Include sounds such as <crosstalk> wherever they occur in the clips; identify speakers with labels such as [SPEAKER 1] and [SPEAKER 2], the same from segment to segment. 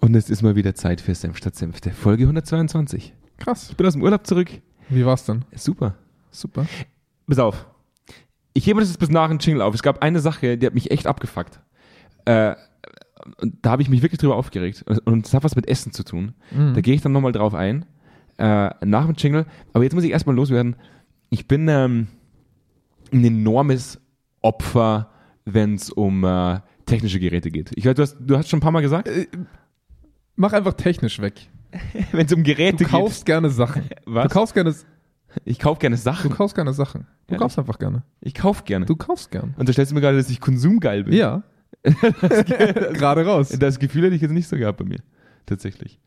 [SPEAKER 1] Und es ist mal wieder Zeit für Senf statt Senfte. Folge 122.
[SPEAKER 2] Krass.
[SPEAKER 1] Ich bin aus dem Urlaub zurück.
[SPEAKER 2] Wie war's denn?
[SPEAKER 1] Super.
[SPEAKER 2] Super.
[SPEAKER 1] Pass auf. Ich hebe das jetzt bis nach dem Jingle auf. Es gab eine Sache, die hat mich echt abgefuckt. Äh, und da habe ich mich wirklich drüber aufgeregt. Und- Und das hat was mit Essen zu tun.
[SPEAKER 2] Mm.
[SPEAKER 1] Da gehe ich dann nochmal drauf ein. Äh, nach dem Jingle. Aber jetzt muss ich erstmal loswerden. Ich bin ähm, ein enormes Opfer, wenn es um äh, technische Geräte geht. Ich weiß, du hast, du hast schon ein paar Mal gesagt, <laughs>
[SPEAKER 2] Mach einfach technisch weg.
[SPEAKER 1] wenn es um Geräte
[SPEAKER 2] Du kaufst
[SPEAKER 1] <laughs>
[SPEAKER 2] gerne Sachen.
[SPEAKER 1] Was?
[SPEAKER 2] Du kaufst gerne,
[SPEAKER 1] geht. Ich kauf gerne
[SPEAKER 2] du
[SPEAKER 1] Sachen.
[SPEAKER 2] kaufst gerne Sachen. Du
[SPEAKER 1] Ehrlich?
[SPEAKER 2] kaufst einfach gerne.
[SPEAKER 1] Ich kauf gerne.
[SPEAKER 2] Du kaufst gern.
[SPEAKER 1] Und da stellst du mir gerade, dass ich konsumgeil bin.
[SPEAKER 2] Ja. <laughs> Gerade raus.
[SPEAKER 1] Das Gefühl hätte ich jetzt nicht so gehabt bei mir. Tatsächlich.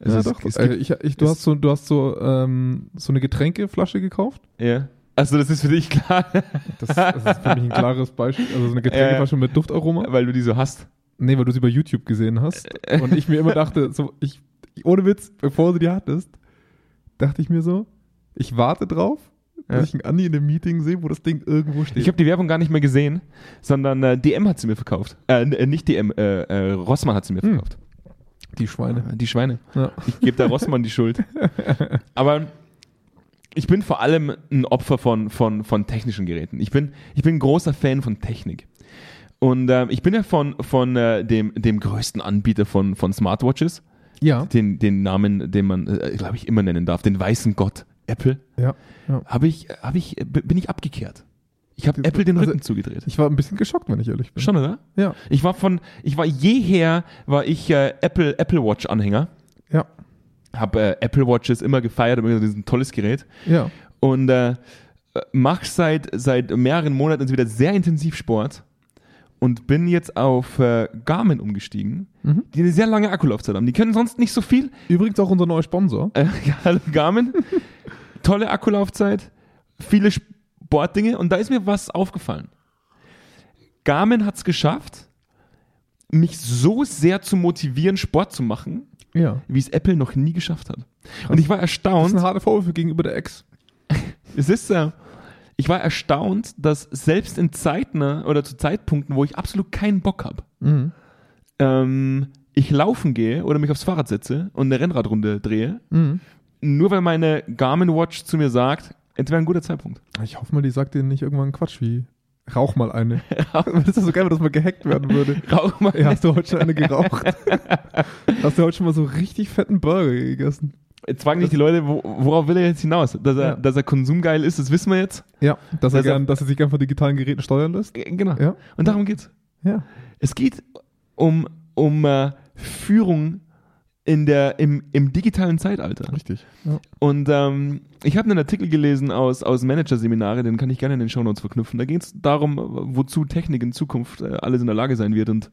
[SPEAKER 1] Also
[SPEAKER 2] Ja,
[SPEAKER 1] es-
[SPEAKER 2] doch.
[SPEAKER 1] es
[SPEAKER 2] Äh,
[SPEAKER 1] gibt-
[SPEAKER 2] ich, ich, du
[SPEAKER 1] es-
[SPEAKER 2] hast so, du hast so, ähm, so eine Getränkeflasche gekauft.
[SPEAKER 1] ja. Achso, das ist für dich klar, <laughs>
[SPEAKER 2] Das, das ist für mich ein klares Beispiel. Also so eine Getränkeflasche mit Duftaroma.
[SPEAKER 1] weil du die so hast.
[SPEAKER 2] Nee, weil du sie bei YouTube gesehen hast. Und ich mir immer dachte, so, ich, ohne Witz, bevor du die hattest, dachte ich mir so, ich warte drauf, dass
[SPEAKER 1] Ja.
[SPEAKER 2] ich einen Andi in einem Meeting sehe, wo das Ding irgendwo steht.
[SPEAKER 1] Ich habe die Werbung gar nicht mehr gesehen, sondern äh, DM hat sie mir verkauft. Äh, n- äh, nicht DM, äh, äh, Rossmann hat sie mir
[SPEAKER 2] Hm.
[SPEAKER 1] verkauft.
[SPEAKER 2] die Schweine.
[SPEAKER 1] Die Schweine.
[SPEAKER 2] Ja.
[SPEAKER 1] Ich gebe da Rossmann die Schuld. Aber ich bin vor allem ein Opfer von, von, von technischen Geräten. Ich bin, ich bin ein großer Fan von Technik. Und ähm, ich bin ja von, von äh, dem, dem größten Anbieter von, von Smartwatches,
[SPEAKER 2] Ja.
[SPEAKER 1] den, den Namen, den man, äh, glaube ich, immer nennen darf, den weißen Gott Apple,
[SPEAKER 2] ja. ja.
[SPEAKER 1] habe ich, habe ich, äh, bin ich abgekehrt. Ich habe
[SPEAKER 2] Du-
[SPEAKER 1] Apple den
[SPEAKER 2] also-
[SPEAKER 1] Rücken zugedreht.
[SPEAKER 2] Ich war ein bisschen geschockt, wenn ich ehrlich bin.
[SPEAKER 1] Schon, oder?
[SPEAKER 2] Ja.
[SPEAKER 1] Ich war von, ich war jeher, war ich äh, Apple, Apple Watch Anhänger.
[SPEAKER 2] Ja.
[SPEAKER 1] Hab äh, Apple Watches immer gefeiert, hab immer gesagt, das ist ein tolles Gerät.
[SPEAKER 2] Ja.
[SPEAKER 1] Und äh, mach seit, seit mehreren Monaten jetzt wieder sehr intensiv Sport und bin jetzt auf äh, Garmin umgestiegen,
[SPEAKER 2] Mhm.
[SPEAKER 1] die eine sehr lange Akkulaufzeit haben. Die können sonst nicht so viel.
[SPEAKER 2] Übrigens auch unser
[SPEAKER 1] <laughs>
[SPEAKER 2] neuer Sponsor.
[SPEAKER 1] Äh, hallo Garmin, tolle Akkulaufzeit, viele Sportdinge und da ist mir was aufgefallen. Garmin hat es geschafft, mich so sehr zu motivieren, Sport zu machen,
[SPEAKER 2] Ja.
[SPEAKER 1] wie es Apple noch nie geschafft hat. Und ich war
[SPEAKER 2] Das
[SPEAKER 1] erstaunt,
[SPEAKER 2] ist ein harter Vorwurf gegenüber der Ex.
[SPEAKER 1] es ist äh, ich war erstaunt, dass selbst in Zeiten ne, oder zu Zeitpunkten, wo ich absolut keinen Bock habe,
[SPEAKER 2] Mhm.
[SPEAKER 1] ähm, ich laufen gehe oder mich aufs Fahrrad setze und eine Rennradrunde drehe,
[SPEAKER 2] Mhm.
[SPEAKER 1] nur weil meine Garmin Watch zu mir sagt, jetzt wäre ein guter Zeitpunkt.
[SPEAKER 2] Ich hoffe mal, die sagt dir nicht irgendwann Quatsch wie, rauch mal eine.
[SPEAKER 1] <laughs>
[SPEAKER 2] das ist so geil, wenn das mal gehackt werden würde.
[SPEAKER 1] Rauch mal.
[SPEAKER 2] Ja, hast du heute schon eine geraucht? hast du heute schon mal so richtig fetten Burger gegessen?
[SPEAKER 1] Jetzt fragen sich die Leute, wo, worauf will er jetzt hinaus? Dass er,
[SPEAKER 2] Ja.
[SPEAKER 1] dass er konsumgeil ist, das wissen wir jetzt.
[SPEAKER 2] Ja, dass er,
[SPEAKER 1] Also-
[SPEAKER 2] gern, dass er sich gern von digitalen Geräten steuern lässt.
[SPEAKER 1] G- Genau.
[SPEAKER 2] Ja.
[SPEAKER 1] Und darum geht's.
[SPEAKER 2] Ja.
[SPEAKER 1] Es geht um, um äh, Führung in der, im, im digitalen Zeitalter.
[SPEAKER 2] Richtig. Ja.
[SPEAKER 1] Und ähm, ich habe einen Artikel gelesen aus, aus Managerseminare, den kann ich gerne in den Shownotes verknüpfen. Da geht es darum, wozu Technik in Zukunft äh, alles in der Lage sein wird und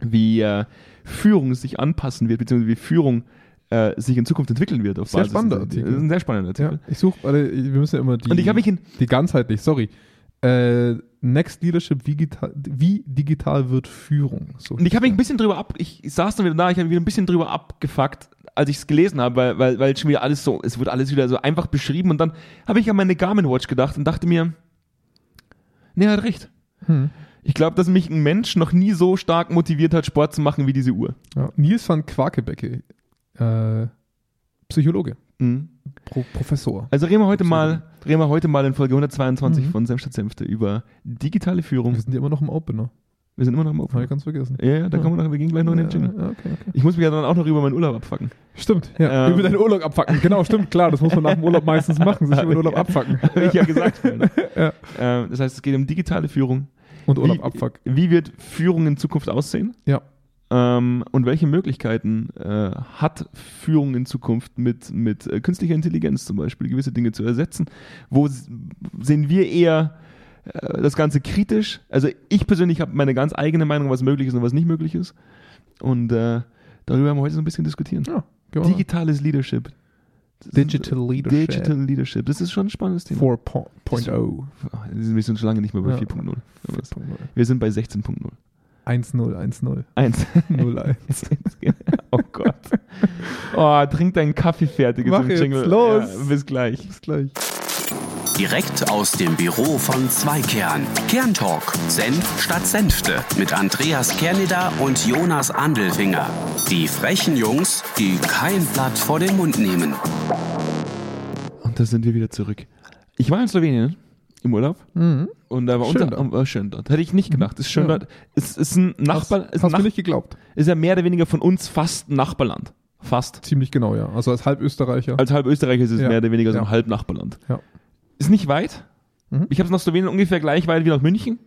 [SPEAKER 1] wie äh, Führung sich anpassen wird, beziehungsweise wie Führung äh, sich in Zukunft entwickeln wird. Auf
[SPEAKER 2] Sehr
[SPEAKER 1] Basis
[SPEAKER 2] spannender
[SPEAKER 1] dieser-
[SPEAKER 2] Artikel.
[SPEAKER 1] Das ist ein sehr spannender Artikel.
[SPEAKER 2] ja. Ich suche, also wir müssen ja immer die,
[SPEAKER 1] Und ich habe mich in,
[SPEAKER 2] die ganzheitlich, sorry. Äh, Next Leadership, wie, digital- wie digital wird Führung? So.
[SPEAKER 1] Und ich habe mich ein bisschen drüber ab, ich saß dann wieder da, ich habe wieder ein bisschen drüber abgefuckt, als ich es gelesen habe, weil, weil, weil schon wieder alles so, es wird alles wieder so einfach beschrieben und dann habe ich an meine Garmin Watch gedacht und dachte mir, nee, er hat recht.
[SPEAKER 2] Hm.
[SPEAKER 1] Ich glaube, dass mich ein Mensch noch nie so stark motiviert hat, Sport zu machen wie diese Uhr.
[SPEAKER 2] Ja. Nils van Quakebecke, äh, Psychologe,
[SPEAKER 1] Mhm.
[SPEAKER 2] Pro Professor.
[SPEAKER 1] Also reden wir heute mal, reden wir heute mal in Folge 122
[SPEAKER 2] Mhm.
[SPEAKER 1] von Senf statt Senfte über digitale Führung.
[SPEAKER 2] Wir sind ja immer noch im Opener.
[SPEAKER 1] Wir sind immer noch am
[SPEAKER 2] Habe
[SPEAKER 1] Open.
[SPEAKER 2] ich ganz vergessen.
[SPEAKER 1] Ja, ja, da
[SPEAKER 2] Ja.
[SPEAKER 1] kommen wir noch, wir gehen gleich noch in den Jingle.
[SPEAKER 2] Ja, okay, okay.
[SPEAKER 1] Ich muss mich ja dann auch noch über meinen Urlaub abfacken. <laughs>
[SPEAKER 2] Stimmt, ja.
[SPEAKER 1] Ähm.
[SPEAKER 2] Über deinen Urlaub abfacken. Genau, stimmt, klar. Das muss man nach dem Urlaub meistens machen, sich über den Urlaub abfacken.
[SPEAKER 1] Habe ich <laughs> ja gesagt.
[SPEAKER 2] <laughs>
[SPEAKER 1] vorhin. Ähm, das heißt, es geht um digitale Führung.
[SPEAKER 2] Und Urlaub
[SPEAKER 1] wie,
[SPEAKER 2] abfuck.
[SPEAKER 1] Wie wird Führung in Zukunft aussehen?
[SPEAKER 2] Ja.
[SPEAKER 1] Ähm, und welche Möglichkeiten äh, hat Führung in Zukunft mit, mit äh, künstlicher Intelligenz zum Beispiel, gewisse Dinge zu ersetzen? Wo s- sehen wir eher äh, das Ganze kritisch? Also ich persönlich habe meine ganz eigene Meinung, was möglich ist und was nicht möglich ist. Und äh, darüber haben wir heute so ein bisschen diskutieren.
[SPEAKER 2] Ja, genau.
[SPEAKER 1] Digitales Leadership. Das ist-
[SPEAKER 2] Digital Leadership.
[SPEAKER 1] Digital Leadership. Das ist schon ein spannendes Thema. oh.
[SPEAKER 2] 4.0.
[SPEAKER 1] Wir sind schon lange nicht mehr bei
[SPEAKER 2] Ja.
[SPEAKER 1] 4.0.
[SPEAKER 2] 4.0.
[SPEAKER 1] Wir sind bei 16.0. <laughs>
[SPEAKER 2] 1.0,
[SPEAKER 1] 1.
[SPEAKER 2] 1.0.
[SPEAKER 1] oh Gott. Oh, trink deinen Kaffee fertig.
[SPEAKER 2] Mach
[SPEAKER 1] im
[SPEAKER 2] jetzt, los.
[SPEAKER 1] Ja, bis gleich.
[SPEAKER 2] Bis gleich.
[SPEAKER 3] Direkt aus dem Büro von Zweikern. Kerntalk. Senf statt Senfte. Mit Andreas Kerneder und Jonas Andelfinger. Die frechen Jungs, die kein Blatt vor den Mund nehmen.
[SPEAKER 1] Und da sind wir wieder zurück. Ich war in Slowenien im Urlaub und da war
[SPEAKER 2] Schön
[SPEAKER 1] unser
[SPEAKER 2] dort.
[SPEAKER 1] und war schön dort. Hätte ich nicht gedacht. Ist schön
[SPEAKER 2] Ja.
[SPEAKER 1] dort. Ist, ist ein Nachbar, ist, ein
[SPEAKER 2] Hast du
[SPEAKER 1] Nach
[SPEAKER 2] nicht geglaubt?
[SPEAKER 1] ist ja mehr oder weniger von uns fast ein Nachbarland. Fast.
[SPEAKER 2] Ziemlich genau, ja. Also als Halbösterreicher.
[SPEAKER 1] Als halb Österreich ist es
[SPEAKER 2] Ja.
[SPEAKER 1] mehr oder weniger so ein
[SPEAKER 2] Ja.
[SPEAKER 1] halb Nachbarland.
[SPEAKER 2] Ja.
[SPEAKER 1] Ist nicht weit.
[SPEAKER 2] Mhm.
[SPEAKER 1] Ich habe es nach Slowenien ungefähr gleich weit wie nach München.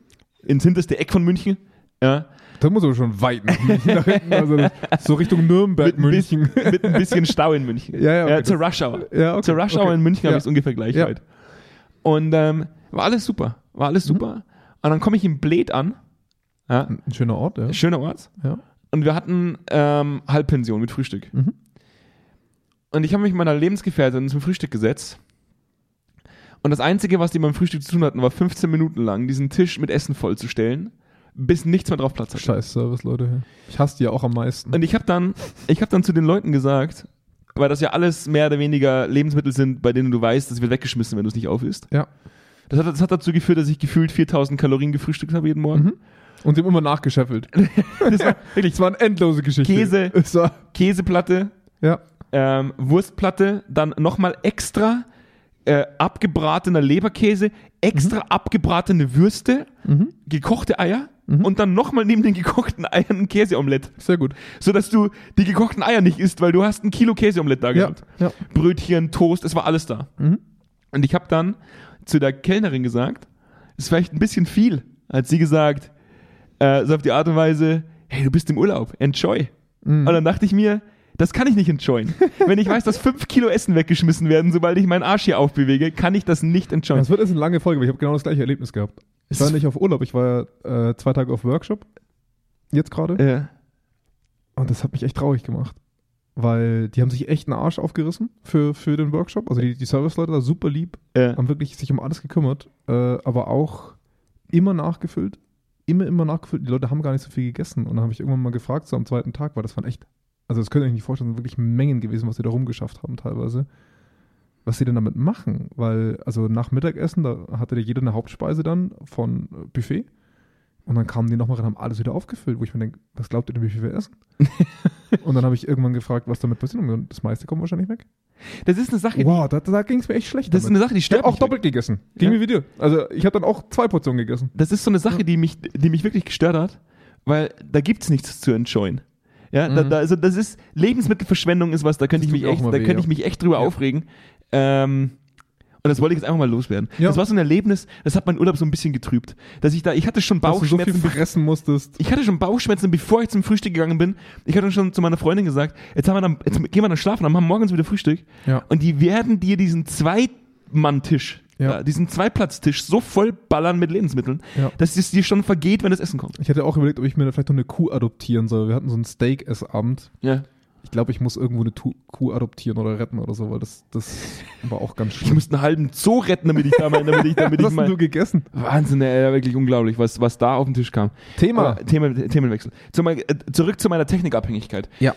[SPEAKER 1] Ins hinterste Eck von München. Ja.
[SPEAKER 2] da muss aber schon weit nach München. nach hinten, also das, so Richtung Nürnberg,
[SPEAKER 1] Mit, ein bisschen- <laughs>
[SPEAKER 2] München.
[SPEAKER 1] mit ein bisschen Stau in München. Äh,
[SPEAKER 2] Ja, ja, okay,
[SPEAKER 1] zur
[SPEAKER 2] das-
[SPEAKER 1] Rush Hour.
[SPEAKER 2] <laughs> ja, okay,
[SPEAKER 1] zur Rush Hour
[SPEAKER 2] okay.
[SPEAKER 1] in München habe
[SPEAKER 2] Ja.
[SPEAKER 1] ich es ungefähr gleich
[SPEAKER 2] Ja.
[SPEAKER 1] weit. Und ähm, war alles super. War alles
[SPEAKER 2] Mhm.
[SPEAKER 1] super. Und dann komme ich in Bled an. Ja.
[SPEAKER 2] Ein schöner Ort, ja.
[SPEAKER 1] Schöner Ort.
[SPEAKER 2] Ja.
[SPEAKER 1] Und wir hatten ähm, Halbpension mit Frühstück.
[SPEAKER 2] Mhm.
[SPEAKER 1] Und ich habe mich mit meiner Lebensgefährtin zum Frühstück gesetzt. Und das Einzige, was die beim Frühstück zu tun hatten, war 15 Minuten lang diesen Tisch mit Essen vollzustellen, bis nichts mehr drauf Platz hatte.
[SPEAKER 2] Scheiß Service, Leute. ja. Ich hasse die ja auch am meisten.
[SPEAKER 1] Und ich habe dann, ich hab dann zu den Leuten gesagt, weil das ja alles mehr oder weniger Lebensmittel sind, bei denen du weißt, das wird weggeschmissen, wenn du es nicht aufisst.
[SPEAKER 2] Ja.
[SPEAKER 1] Das hat, das hat dazu geführt, dass ich gefühlt 4000 Kalorien gefrühstückt habe jeden Morgen.
[SPEAKER 2] Und sie haben
[SPEAKER 1] <laughs>
[SPEAKER 2] immer nachgescheffelt.
[SPEAKER 1] Das war wirklich
[SPEAKER 2] Es war eine endlose Geschichte.
[SPEAKER 1] Käse.
[SPEAKER 2] Es war,
[SPEAKER 1] Käseplatte,
[SPEAKER 2] ja.
[SPEAKER 1] ähm, Wurstplatte, dann nochmal extra äh, abgebratener Leberkäse, extra abgebratene Würste, gekochte Eier und dann nochmal neben den gekochten Eiern ein Käseomelett.
[SPEAKER 2] Sehr gut.
[SPEAKER 1] Sodass du die gekochten Eier nicht isst, weil du hast ein Kilo Käseomelett da
[SPEAKER 2] Ja.
[SPEAKER 1] gehabt.
[SPEAKER 2] ja.
[SPEAKER 1] Brötchen, Toast, es war alles da.
[SPEAKER 2] Mhm.
[SPEAKER 1] Und ich habe dann zu der Kellnerin gesagt, ist vielleicht ein bisschen viel, hat sie gesagt, äh, so auf die Art und Weise, hey, du bist im Urlaub, enjoy.
[SPEAKER 2] Mhm.
[SPEAKER 1] Und dann dachte ich mir, das kann ich nicht enjoyen.
[SPEAKER 2] <laughs>
[SPEAKER 1] Wenn ich weiß, dass fünf Kilo Essen weggeschmissen werden, sobald ich meinen Arsch hier aufbewege, kann ich das nicht enjoyen.
[SPEAKER 2] Das wird jetzt eine lange Folge, weil ich habe genau das gleiche Erlebnis gehabt. Also, Ich
[SPEAKER 1] Es
[SPEAKER 2] war
[SPEAKER 1] ist-
[SPEAKER 2] nicht auf Urlaub, ich war ja, äh, zwei Tage auf Workshop. Jetzt gerade.
[SPEAKER 1] Äh,
[SPEAKER 2] Und das hat mich echt traurig gemacht. Weil die haben sich echt einen Arsch aufgerissen für, für den Workshop. Also die, die Serviceleute da super lieb,
[SPEAKER 1] äh,
[SPEAKER 2] haben wirklich sich um alles gekümmert, äh, aber auch immer nachgefüllt. Immer, immer nachgefüllt. Die Leute haben gar nicht so viel gegessen. Und dann habe ich irgendwann mal gefragt, so am zweiten Tag, weil das waren echt, also das könnt ihr euch nicht vorstellen, das sind wirklich Mengen gewesen, was sie da rumgeschafft haben teilweise. Was sie denn damit machen? Weil, also nach Mittagessen, da hatte jeder eine Hauptspeise dann von äh, Buffet. Und dann kamen die nochmal und haben alles wieder aufgefüllt, wo ich mir denke, was glaubt ihr denn, wie viel wir essen? und dann habe ich irgendwann gefragt, was damit passiert. Und das meiste kommt wahrscheinlich weg.
[SPEAKER 1] das ist eine Sache, die-
[SPEAKER 2] Wow, da, da ging es mir echt schlecht.
[SPEAKER 1] das ist
[SPEAKER 2] damit.
[SPEAKER 1] eine Sache, die
[SPEAKER 2] Ich
[SPEAKER 1] stört
[SPEAKER 2] habe auch
[SPEAKER 1] mich. wirklich.
[SPEAKER 2] doppelt gegessen. Ging
[SPEAKER 1] Ja.
[SPEAKER 2] mir wie dir. Also ich habe dann auch zwei Portionen gegessen.
[SPEAKER 1] Das ist so eine Sache, die mich, die mich wirklich gestört hat, weil da gibt's nichts zu enjoyen. Ja, da, da, also das ist Lebensmittelverschwendung ist was, da könnte ich
[SPEAKER 2] Mhm. Das
[SPEAKER 1] mich
[SPEAKER 2] tut mir
[SPEAKER 1] echt,
[SPEAKER 2] auch mal
[SPEAKER 1] da
[SPEAKER 2] weh,
[SPEAKER 1] könnte
[SPEAKER 2] ja.
[SPEAKER 1] ich mich echt drüber
[SPEAKER 2] Ja.
[SPEAKER 1] aufregen. Ähm, und das wollte ich jetzt einfach mal loswerden.
[SPEAKER 2] Ja.
[SPEAKER 1] Das war so ein Erlebnis, das hat meinen Urlaub so ein bisschen getrübt, dass ich da, ich hatte schon
[SPEAKER 2] Dass du so viel
[SPEAKER 1] Bauchschmerzen,
[SPEAKER 2] fressen musstest.
[SPEAKER 1] ich hatte schon Bauchschmerzen, bevor ich zum Frühstück gegangen bin. Ich hatte schon zu meiner Freundin gesagt, jetzt, haben wir dann, jetzt gehen wir dann schlafen, dann haben wir morgens wieder Frühstück.
[SPEAKER 2] Ja.
[SPEAKER 1] Und die werden dir diesen Zweimann-Tisch,
[SPEAKER 2] Ja.
[SPEAKER 1] ja. diesen Zweiplatztisch so voll ballern mit Lebensmitteln,
[SPEAKER 2] Ja.
[SPEAKER 1] dass es dir schon vergeht, wenn das Essen kommt.
[SPEAKER 2] Ich hatte auch überlegt, ob ich mir vielleicht noch eine Kuh adoptieren soll. Wir hatten so einen Steak-Essabend.
[SPEAKER 1] Ja.
[SPEAKER 2] Ich glaube, ich muss irgendwo eine Tu- Kuh adoptieren oder retten oder so, weil das, das war auch <laughs> ganz
[SPEAKER 1] Ich
[SPEAKER 2] schlimm.
[SPEAKER 1] musste einen halben Zoo retten, damit ich da mein, damit ich,
[SPEAKER 2] <laughs>
[SPEAKER 1] damit
[SPEAKER 2] Was
[SPEAKER 1] ich
[SPEAKER 2] hast denn du
[SPEAKER 1] mein
[SPEAKER 2] gegessen?
[SPEAKER 1] Wahnsinn, ey, ja, wirklich unglaublich, was, was da auf den Tisch kam.
[SPEAKER 2] Thema.
[SPEAKER 1] Aber Thema Themenwechsel. Zu mein, äh, zurück zu meiner Technikabhängigkeit.
[SPEAKER 2] Ja.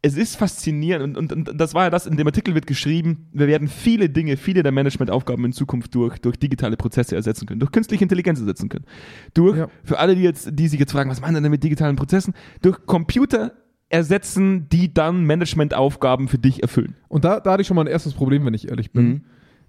[SPEAKER 1] es ist faszinierend und, und, und das war ja das, in dem Artikel wird geschrieben, wir werden viele Dinge, viele der Managementaufgaben in Zukunft durch, durch digitale Prozesse ersetzen können, durch künstliche Intelligenz ersetzen können. Durch,
[SPEAKER 2] Ja.
[SPEAKER 1] für alle, die jetzt, die sich jetzt fragen, was meinen denn mit digitalen Prozessen, durch Computer ersetzen, die dann Managementaufgaben für dich erfüllen.
[SPEAKER 2] Und da, da hatte ich schon mal ein erstes Problem, wenn ich ehrlich bin.
[SPEAKER 1] Mhm.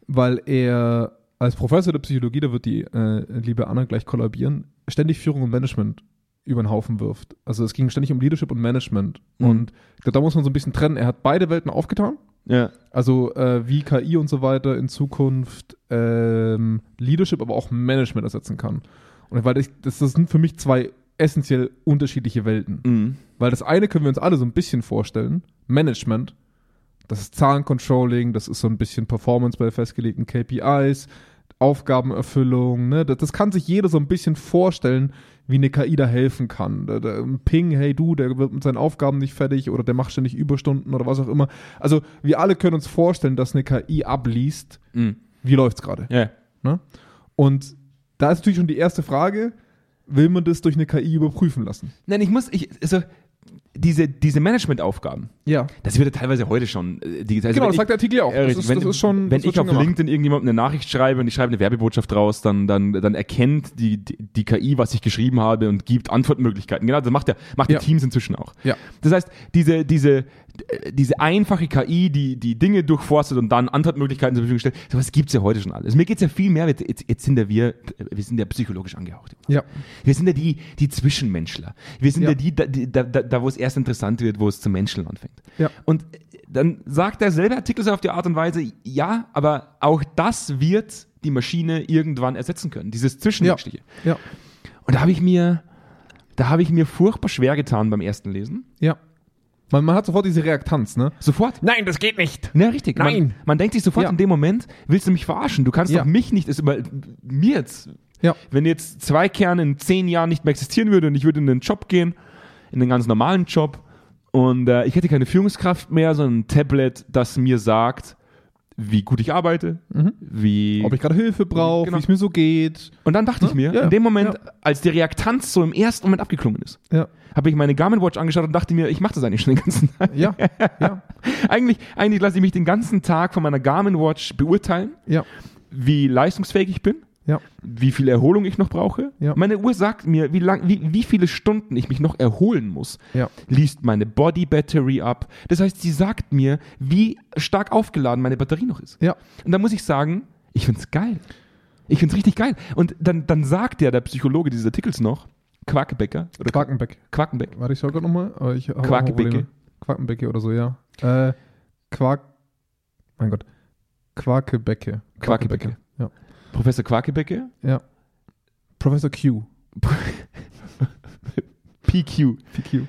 [SPEAKER 2] Weil er als Professor der Psychologie, da wird die äh, liebe Anna gleich kollabieren, ständig Führung und Management über den Haufen wirft. Also es ging ständig um Leadership und Management.
[SPEAKER 1] Mhm.
[SPEAKER 2] Und ich glaub, da muss man so ein bisschen trennen. Er hat beide Welten aufgetan.
[SPEAKER 1] Ja.
[SPEAKER 2] Also äh, wie KI und so weiter in Zukunft ähm, Leadership, aber auch Management ersetzen kann. Und weil ich, das, das sind für mich zwei essentiell unterschiedliche Welten.
[SPEAKER 1] Mhm.
[SPEAKER 2] Weil das eine können wir uns alle so ein bisschen vorstellen, Management, das ist Zahlencontrolling, das ist so ein bisschen Performance bei festgelegten KPIs, Aufgabenerfüllung, ne? das, das kann sich jeder so ein bisschen vorstellen, wie eine KI da helfen kann. Da, da, ein Ping, hey du, der wird mit seinen Aufgaben nicht fertig oder der macht ständig Überstunden oder was auch immer. Also wir alle können uns vorstellen, dass eine KI abliest,
[SPEAKER 1] Mhm.
[SPEAKER 2] wie läuft's gerade.
[SPEAKER 1] Ja.
[SPEAKER 2] Ne? Und da ist natürlich schon die erste Frage, will man das durch eine KI überprüfen lassen?
[SPEAKER 1] Nein, ich muss, ich, also, diese, diese Managementaufgaben,
[SPEAKER 2] Ja.
[SPEAKER 1] das wird ja teilweise heute schon äh, digital. Also
[SPEAKER 2] Genau,
[SPEAKER 1] wenn
[SPEAKER 2] das
[SPEAKER 1] ich-
[SPEAKER 2] sagt der Artikel ja auch.
[SPEAKER 1] Ja,
[SPEAKER 2] Das
[SPEAKER 1] richtig.
[SPEAKER 2] ist,
[SPEAKER 1] wenn,
[SPEAKER 2] das ist schon,
[SPEAKER 1] wenn
[SPEAKER 2] das wird
[SPEAKER 1] ich auf
[SPEAKER 2] schon gemacht.
[SPEAKER 1] LinkedIn irgendjemandem eine Nachricht schreibe und ich schreibe eine Werbebotschaft raus, dann, dann, dann erkennt die, die, die KI, was ich geschrieben habe und gibt Antwortmöglichkeiten. Genau, das macht, der, macht
[SPEAKER 2] Ja.
[SPEAKER 1] die Teams inzwischen auch.
[SPEAKER 2] Ja.
[SPEAKER 1] Das heißt, diese, diese, äh, diese einfache KI, die, die Dinge durchforstet und dann Antwortmöglichkeiten zur Verfügung stellt, sowas gibt's ja heute schon alles. Mir geht's ja viel mehr, mit- jetzt, jetzt sind ja wir, wir sind ja psychologisch angehaucht.
[SPEAKER 2] Ja.
[SPEAKER 1] Wir sind ja die, die Zwischenmenschler. Wir sind ja,
[SPEAKER 2] Ja.
[SPEAKER 1] die, da, die- da, da, da wo es erst interessant wird, wo es zum Menschen anfängt.
[SPEAKER 2] Ja.
[SPEAKER 1] Und äh, dann sagt derselbe Artikel so auf die Art und Weise, ja, aber auch das wird die Maschine irgendwann ersetzen können, dieses Zwischenmenschliche.
[SPEAKER 2] Ja.
[SPEAKER 1] Und da habe ich mir, da habe ich mir furchtbar schwer getan beim ersten Lesen.
[SPEAKER 2] Ja. Man, man hat sofort diese Reaktanz, ne?
[SPEAKER 1] Sofort.
[SPEAKER 2] Nein, das geht nicht.
[SPEAKER 1] Na, richtig.
[SPEAKER 2] Nein.
[SPEAKER 1] Man, man denkt sich sofort
[SPEAKER 2] Ja.
[SPEAKER 1] in dem Moment, willst du mich verarschen? Du kannst
[SPEAKER 2] Ja.
[SPEAKER 1] doch mich nicht, ist über mir jetzt.
[SPEAKER 2] Ja.
[SPEAKER 1] Wenn jetzt zwei Kerne in zehn Jahren nicht mehr existieren würde und ich würde in den Job gehen, in den ganz normalen Job und äh, ich hätte keine Führungskraft mehr, sondern ein Tablet, das mir sagt, wie gut ich arbeite, wie
[SPEAKER 2] Mhm. Ob ich gerade Hilfe brauche,
[SPEAKER 1] Genau.
[SPEAKER 2] wie es mir so geht.
[SPEAKER 1] und dann dachte ich mir,
[SPEAKER 2] Ja,
[SPEAKER 1] in dem Moment, als die Reaktanz so im ersten Moment abgeklungen ist,
[SPEAKER 2] Ja.
[SPEAKER 1] habe ich meine Garmin Watch angeschaut und dachte mir, ich mache das eigentlich schon den ganzen <laughs> Tag.
[SPEAKER 2] Ja. ja.
[SPEAKER 1] Eigentlich, eigentlich lasse ich mich den ganzen Tag von meiner Garmin Watch beurteilen,
[SPEAKER 2] Ja.
[SPEAKER 1] wie leistungsfähig ich bin,
[SPEAKER 2] Ja.
[SPEAKER 1] wie viel Erholung ich noch brauche.
[SPEAKER 2] Ja.
[SPEAKER 1] Meine Uhr sagt mir, wie, lang, wie, wie viele Stunden ich mich noch erholen muss.
[SPEAKER 2] Ja.
[SPEAKER 1] Liest meine Body Battery ab. Das heißt, sie sagt mir, wie stark aufgeladen meine Batterie noch ist.
[SPEAKER 2] Ja.
[SPEAKER 1] Und da muss ich sagen, ich find's geil. Ich find's richtig geil. Und dann, dann sagt ja der Psychologe dieses Artikels noch, Quakebecker oder
[SPEAKER 2] Quakenbeck.
[SPEAKER 1] Quakenbeck.
[SPEAKER 2] Warte, ich schau grad noch nochmal.
[SPEAKER 1] Quakebecke.
[SPEAKER 2] Quakenbecke oder so, ja. Äh, Quark. Mein Gott. Quakebecke.
[SPEAKER 1] Quakebecke.
[SPEAKER 2] Ja.
[SPEAKER 1] Professor Quakebecke,
[SPEAKER 2] ja. Professor Q.
[SPEAKER 1] PQ,
[SPEAKER 2] PQ.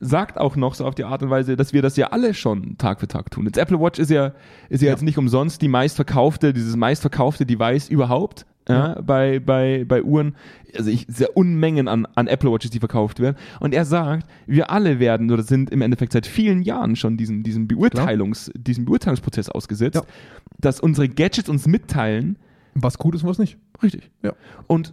[SPEAKER 1] sagt auch noch so auf die Art und Weise, dass wir das ja alle schon Tag für Tag tun. Jetzt Apple Watch ist ja, ist ja,
[SPEAKER 2] Ja.
[SPEAKER 1] jetzt nicht umsonst die meistverkaufte, dieses meistverkaufte Device überhaupt. Ja, bei, bei, bei Uhren, also ich sehr Unmengen an, an Apple Watches, die verkauft werden. Und er sagt, wir alle werden oder sind im Endeffekt seit vielen Jahren schon diesem, diesem, Beurteilungs, diesem Beurteilungsprozess ausgesetzt,
[SPEAKER 2] Ja.
[SPEAKER 1] dass unsere Gadgets uns mitteilen,
[SPEAKER 2] Was gut ist und was nicht.
[SPEAKER 1] Richtig.
[SPEAKER 2] Ja.
[SPEAKER 1] Und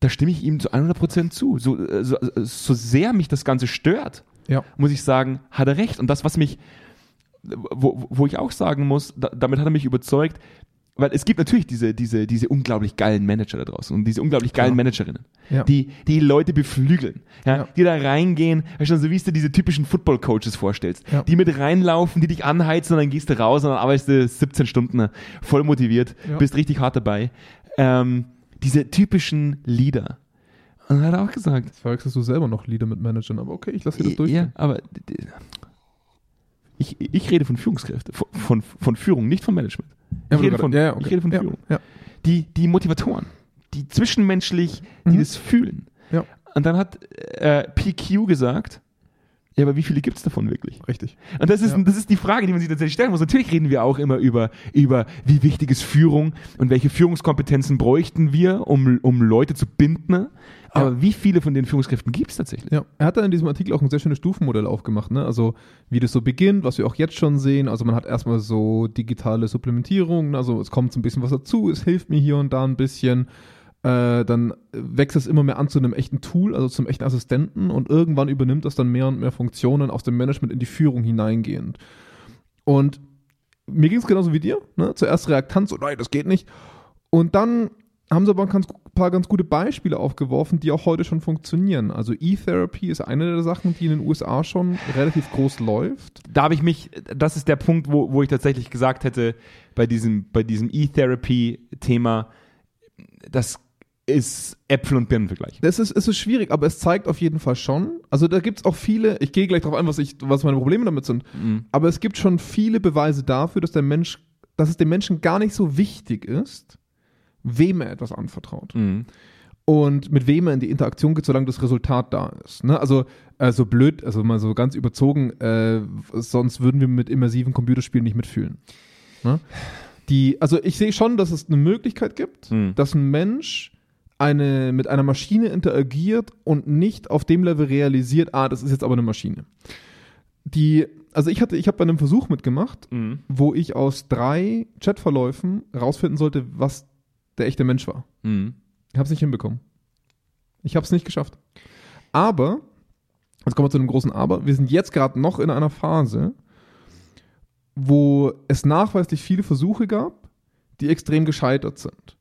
[SPEAKER 1] da stimme ich ihm zu 100% zu. So, äh, so, äh, so sehr mich das Ganze stört,
[SPEAKER 2] Ja.
[SPEAKER 1] muss ich sagen, hat er recht. Und das, was mich, wo, wo ich auch sagen muss, da, damit hat er mich überzeugt, weil es gibt natürlich diese, diese, diese unglaublich geilen Manager da draußen und diese unglaublich geilen
[SPEAKER 2] Klar.
[SPEAKER 1] Managerinnen,
[SPEAKER 2] Ja.
[SPEAKER 1] die, die Leute beflügeln, ja,
[SPEAKER 2] Ja.
[SPEAKER 1] die da reingehen, weißt du, so wie du dir diese typischen Football-Coaches vorstellst,
[SPEAKER 2] Ja.
[SPEAKER 1] die mit reinlaufen, die dich anheizen und dann gehst du raus und dann arbeitest du 17 Stunden voll motiviert,
[SPEAKER 2] Ja.
[SPEAKER 1] bist richtig hart dabei. Ähm, diese typischen Leader. Und hat er auch gesagt,
[SPEAKER 2] Verwechselst du selber noch Lieder mit Managern, aber okay, ich lasse dir das durch.
[SPEAKER 1] ja, aber d- d- ich, ich rede von Führungskräften, von, von, von Führung, nicht von Management. ich, rede von,
[SPEAKER 2] ja, ja, okay.
[SPEAKER 1] ich rede von
[SPEAKER 2] ja,
[SPEAKER 1] Führung.
[SPEAKER 2] Ja.
[SPEAKER 1] Die, die Motivatoren, die zwischenmenschlich, die
[SPEAKER 2] Mhm.
[SPEAKER 1] das fühlen.
[SPEAKER 2] Ja.
[SPEAKER 1] Und dann hat äh, PQ gesagt, ja, aber wie viele gibt's davon wirklich?
[SPEAKER 2] Richtig.
[SPEAKER 1] Und das ist,
[SPEAKER 2] Ja.
[SPEAKER 1] das ist die Frage, die man sich tatsächlich stellen muss. Natürlich reden wir auch immer über, über wie wichtig ist Führung und welche Führungskompetenzen bräuchten wir, um, um Leute zu binden. ne? Aber wie viele von den Führungskräften gibt's tatsächlich?
[SPEAKER 2] Ja, er hat da in diesem Artikel auch ein sehr schönes Stufenmodell aufgemacht, ne? Also wie das so beginnt, was wir auch jetzt schon sehen. Also man hat erstmal so digitale Supplementierung, also es kommt so ein bisschen was dazu, es hilft mir hier und da ein bisschen. Äh, dann wächst es immer mehr an zu einem echten Tool, also zum echten Assistenten und irgendwann übernimmt das dann mehr und mehr Funktionen aus dem Management in die Führung hineingehend. Und mir ging es genauso wie dir, ne? Zuerst Reaktanz, so nein, das geht nicht. Und dann haben sie aber ein ganz, paar ganz gute Beispiele aufgeworfen, die auch heute schon funktionieren. Also E-Therapy ist eine der Sachen, die in den USA schon relativ groß läuft.
[SPEAKER 1] da habe ich mich, das ist der Punkt, wo, wo ich tatsächlich gesagt hätte, bei diesem, bei diesem E-Therapy-Thema, das ist Äpfel und Birnenvergleich.
[SPEAKER 2] Das ist, es ist schwierig, aber es zeigt auf jeden Fall schon. Also da gibt es auch viele, ich gehe gleich darauf ein, was, ich, was meine Probleme damit sind,
[SPEAKER 1] Mhm.
[SPEAKER 2] aber es gibt schon viele Beweise dafür, dass der Mensch, dass es dem Menschen gar nicht so wichtig ist, wem er etwas anvertraut.
[SPEAKER 1] Mhm.
[SPEAKER 2] und mit wem er in die Interaktion geht, solange das Resultat da ist. Ne? Also äh, so blöd, also mal so ganz überzogen, äh, sonst würden wir mit immersiven Computerspielen nicht mitfühlen. Ne? Die, also ich sehe schon, dass es eine Möglichkeit gibt,
[SPEAKER 1] Mhm.
[SPEAKER 2] dass ein Mensch eine, mit einer Maschine interagiert und nicht auf dem Level realisiert, ah, das ist jetzt aber eine Maschine. Die, also ich hatte, ich habe bei einem Versuch mitgemacht
[SPEAKER 1] Mhm.
[SPEAKER 2] wo ich aus drei Chatverläufen rausfinden sollte, was der echte Mensch war.
[SPEAKER 1] Mhm.
[SPEAKER 2] Ich habe es nicht hinbekommen. Ich habe es nicht geschafft. Aber Jetzt kommen wir zu einem großen Aber. Wir sind jetzt gerade noch in einer Phase, wo es nachweislich viele Versuche gab, die extrem gescheitert sind.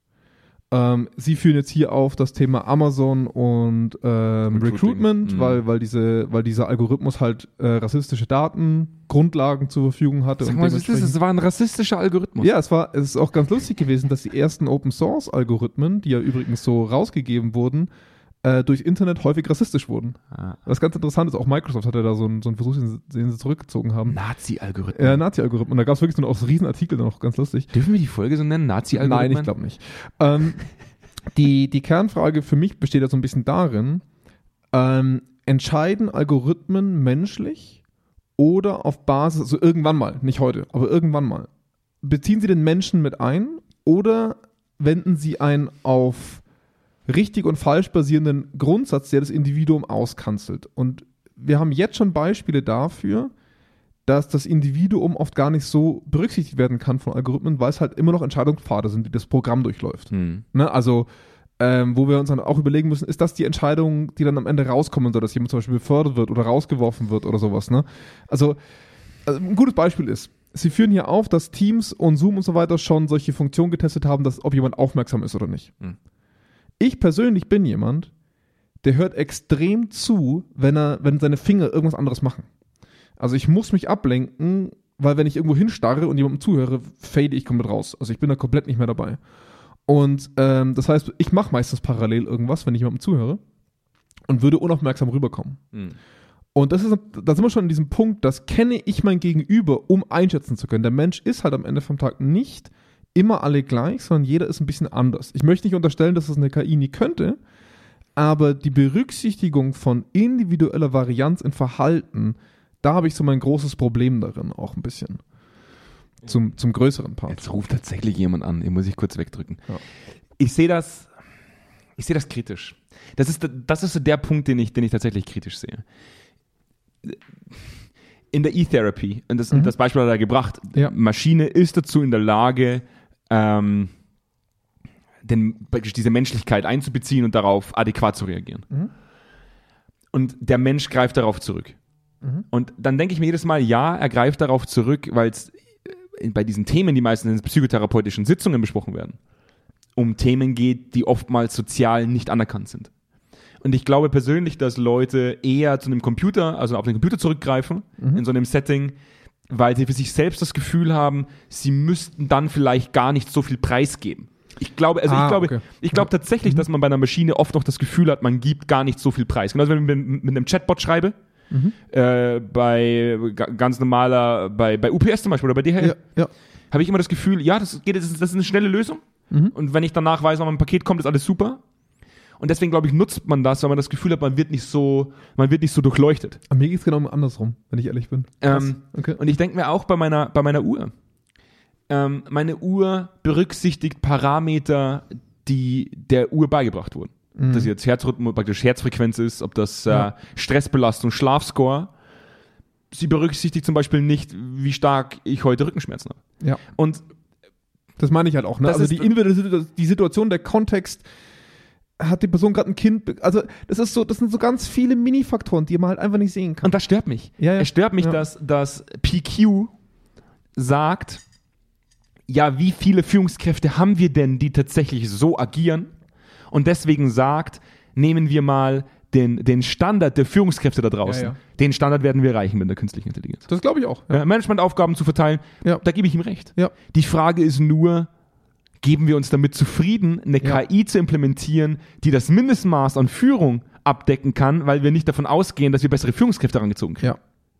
[SPEAKER 2] Ähm, sie führen jetzt hier auf das Thema Amazon und ähm,
[SPEAKER 1] Recruiting.
[SPEAKER 2] Recruitment,
[SPEAKER 1] Mhm.
[SPEAKER 2] weil, weil, diese, weil dieser Algorithmus halt äh, rassistische Daten, Grundlagen zur Verfügung hatte.
[SPEAKER 1] Sag mal, was ist das?
[SPEAKER 2] dementsprechend-
[SPEAKER 1] Das war ein rassistischer Algorithmus.
[SPEAKER 2] ja, es war, es ist auch ganz lustig gewesen, dass die ersten Open Source Algorithmen, die ja übrigens so rausgegeben wurden, äh, durch Internet häufig rassistisch wurden.
[SPEAKER 1] Ah,
[SPEAKER 2] Was ganz interessant ist, auch Microsoft hatte da so einen, so einen Versuch, den, sie- den sie zurückgezogen haben.
[SPEAKER 1] Nazi-Algorithmus.
[SPEAKER 2] Äh, Nazi-Algorithmen. Da gab es wirklich so einen, auch so einen Riesenartikel, noch ganz lustig.
[SPEAKER 1] Dürfen wir die Folge so nennen? Nazi-Algorithmen?
[SPEAKER 2] Nein, ich glaube nicht. Ähm, die, die Kernfrage für mich besteht ja so ein bisschen darin, ähm, entscheiden Algorithmen menschlich oder auf Basis, also irgendwann mal, nicht heute, aber irgendwann mal, beziehen sie den Menschen mit ein oder wenden sie einen auf richtig und falsch basierenden Grundsatz, der das Individuum auskanzelt. Und wir haben jetzt schon Beispiele dafür, dass das Individuum oft gar nicht so berücksichtigt werden kann von Algorithmen, weil es halt immer noch Entscheidungspfade sind, die das Programm durchläuft.
[SPEAKER 1] Hm.
[SPEAKER 2] Ne? Also, ähm, wo wir uns dann auch überlegen müssen, ist das die Entscheidung, die dann am Ende rauskommen soll, dass jemand zum Beispiel befördert wird oder rausgeworfen wird oder sowas. Ne? Also, also, ein gutes Beispiel ist, Sie führen hier auf, dass Teams und Zoom und so weiter schon solche Funktionen getestet haben, dass ob jemand aufmerksam ist oder nicht.
[SPEAKER 1] Mhm.
[SPEAKER 2] Ich persönlich bin jemand, der hört extrem zu, wenn er, wenn seine Finger irgendwas anderes machen. Also ich muss mich ablenken, weil wenn ich irgendwo hinstarre und jemandem zuhöre, fade ich komplett raus. Also ich bin da komplett nicht mehr dabei. Und ähm, das heißt, ich mache meistens parallel irgendwas, wenn ich jemandem zuhöre und würde unaufmerksam rüberkommen.
[SPEAKER 1] Hm.
[SPEAKER 2] Und das ist, da sind wir schon in diesem Punkt, das kenne ich mein Gegenüber, um einschätzen zu können. Der Mensch ist halt am Ende vom Tag nicht immer alle gleich, sondern jeder ist ein bisschen anders. Ich möchte nicht unterstellen, dass das eine KI nie könnte, aber die Berücksichtigung von individueller Varianz in Verhalten, da habe ich so mein großes Problem darin auch ein bisschen. Zum, zum größeren Part.
[SPEAKER 1] Jetzt ruft tatsächlich jemand an. Den muss ich kurz wegdrücken.
[SPEAKER 2] Ja.
[SPEAKER 1] Ich sehe das, ich sehe das kritisch. Das ist, das ist so der Punkt, den ich, den ich tatsächlich kritisch sehe. In der E-Therapy, und das,
[SPEAKER 2] Mhm.
[SPEAKER 1] das Beispiel hat er gebracht,
[SPEAKER 2] Ja.
[SPEAKER 1] Maschine ist dazu in der Lage, ähm, den, praktisch diese Menschlichkeit einzubeziehen und darauf adäquat zu reagieren.
[SPEAKER 2] Mhm.
[SPEAKER 1] Und der Mensch greift darauf zurück.
[SPEAKER 2] Mhm.
[SPEAKER 1] Und dann denke ich mir jedes Mal, ja, er greift darauf zurück, weil es äh, bei diesen Themen, die meistens in psychotherapeutischen Sitzungen besprochen werden, um Themen geht, die oftmals sozial nicht anerkannt sind. Und ich glaube persönlich, dass Leute eher zu einem Computer, also auf den Computer zurückgreifen,
[SPEAKER 2] Mhm.
[SPEAKER 1] in so einem Setting, weil sie für sich selbst das Gefühl haben, sie müssten dann vielleicht gar nicht so viel preisgeben. Ich glaube, also
[SPEAKER 2] Ah,
[SPEAKER 1] ich glaube,
[SPEAKER 2] okay. Mhm.
[SPEAKER 1] ich glaube tatsächlich, dass man bei einer Maschine oft noch das Gefühl hat, man gibt gar nicht so viel preis. Genauso wenn ich mit, mit einem Chatbot schreibe,
[SPEAKER 2] Mhm.
[SPEAKER 1] äh, bei ga- ganz normaler, bei, bei UPS zum Beispiel oder bei DHL,
[SPEAKER 2] Ja, ja.
[SPEAKER 1] habe ich immer das Gefühl, ja, das, geht, das, ist, das ist eine schnelle Lösung. Und wenn ich danach weiß, mein Paket kommt, ist alles super. Und deswegen, glaube ich, nutzt man das, weil man das Gefühl hat, man wird nicht so, man wird nicht so durchleuchtet.
[SPEAKER 2] Aber mir geht es genau andersrum, wenn ich ehrlich bin. Krass.
[SPEAKER 1] Ähm,
[SPEAKER 2] okay.
[SPEAKER 1] Und ich denke mir auch bei meiner, bei meiner Uhr. Ähm, meine Uhr berücksichtigt Parameter, die der Uhr beigebracht wurden. Ob das jetzt Herzrhythmus, praktisch Herzfrequenz ist, ob das äh,
[SPEAKER 2] Ja.
[SPEAKER 1] Stressbelastung, Schlafscore. Sie berücksichtigt zum Beispiel nicht, wie stark ich heute Rückenschmerzen habe.
[SPEAKER 2] ja.
[SPEAKER 1] Und
[SPEAKER 2] Das meine ich halt auch. Ne?
[SPEAKER 1] Das
[SPEAKER 2] Also
[SPEAKER 1] ist-
[SPEAKER 2] die individuelle Situ- die Situation, der Kontext, hat die Person gerade ein Kind. be- Also das ist so, das sind so ganz viele Mini-Faktoren, die man halt einfach nicht sehen kann.
[SPEAKER 1] Und das stört mich.
[SPEAKER 2] Ja, ja.
[SPEAKER 1] Es stört mich,
[SPEAKER 2] Ja.
[SPEAKER 1] dass, dass PQ sagt, ja, wie viele Führungskräfte haben wir denn, die tatsächlich so agieren? Und deswegen sagt, nehmen wir mal den, den Standard der Führungskräfte da draußen.
[SPEAKER 2] Ja, ja.
[SPEAKER 1] Den Standard werden wir erreichen mit der künstlichen Intelligenz.
[SPEAKER 2] Das glaube ich auch.
[SPEAKER 1] Ja, Managementaufgaben zu verteilen,
[SPEAKER 2] Ja.
[SPEAKER 1] da gebe ich ihm recht.
[SPEAKER 2] Ja.
[SPEAKER 1] Die Frage ist nur, geben wir uns damit zufrieden, eine
[SPEAKER 2] Ja.
[SPEAKER 1] KI zu implementieren, die das Mindestmaß an Führung abdecken kann, weil wir nicht davon ausgehen, dass wir bessere Führungskräfte herangezogen kriegen.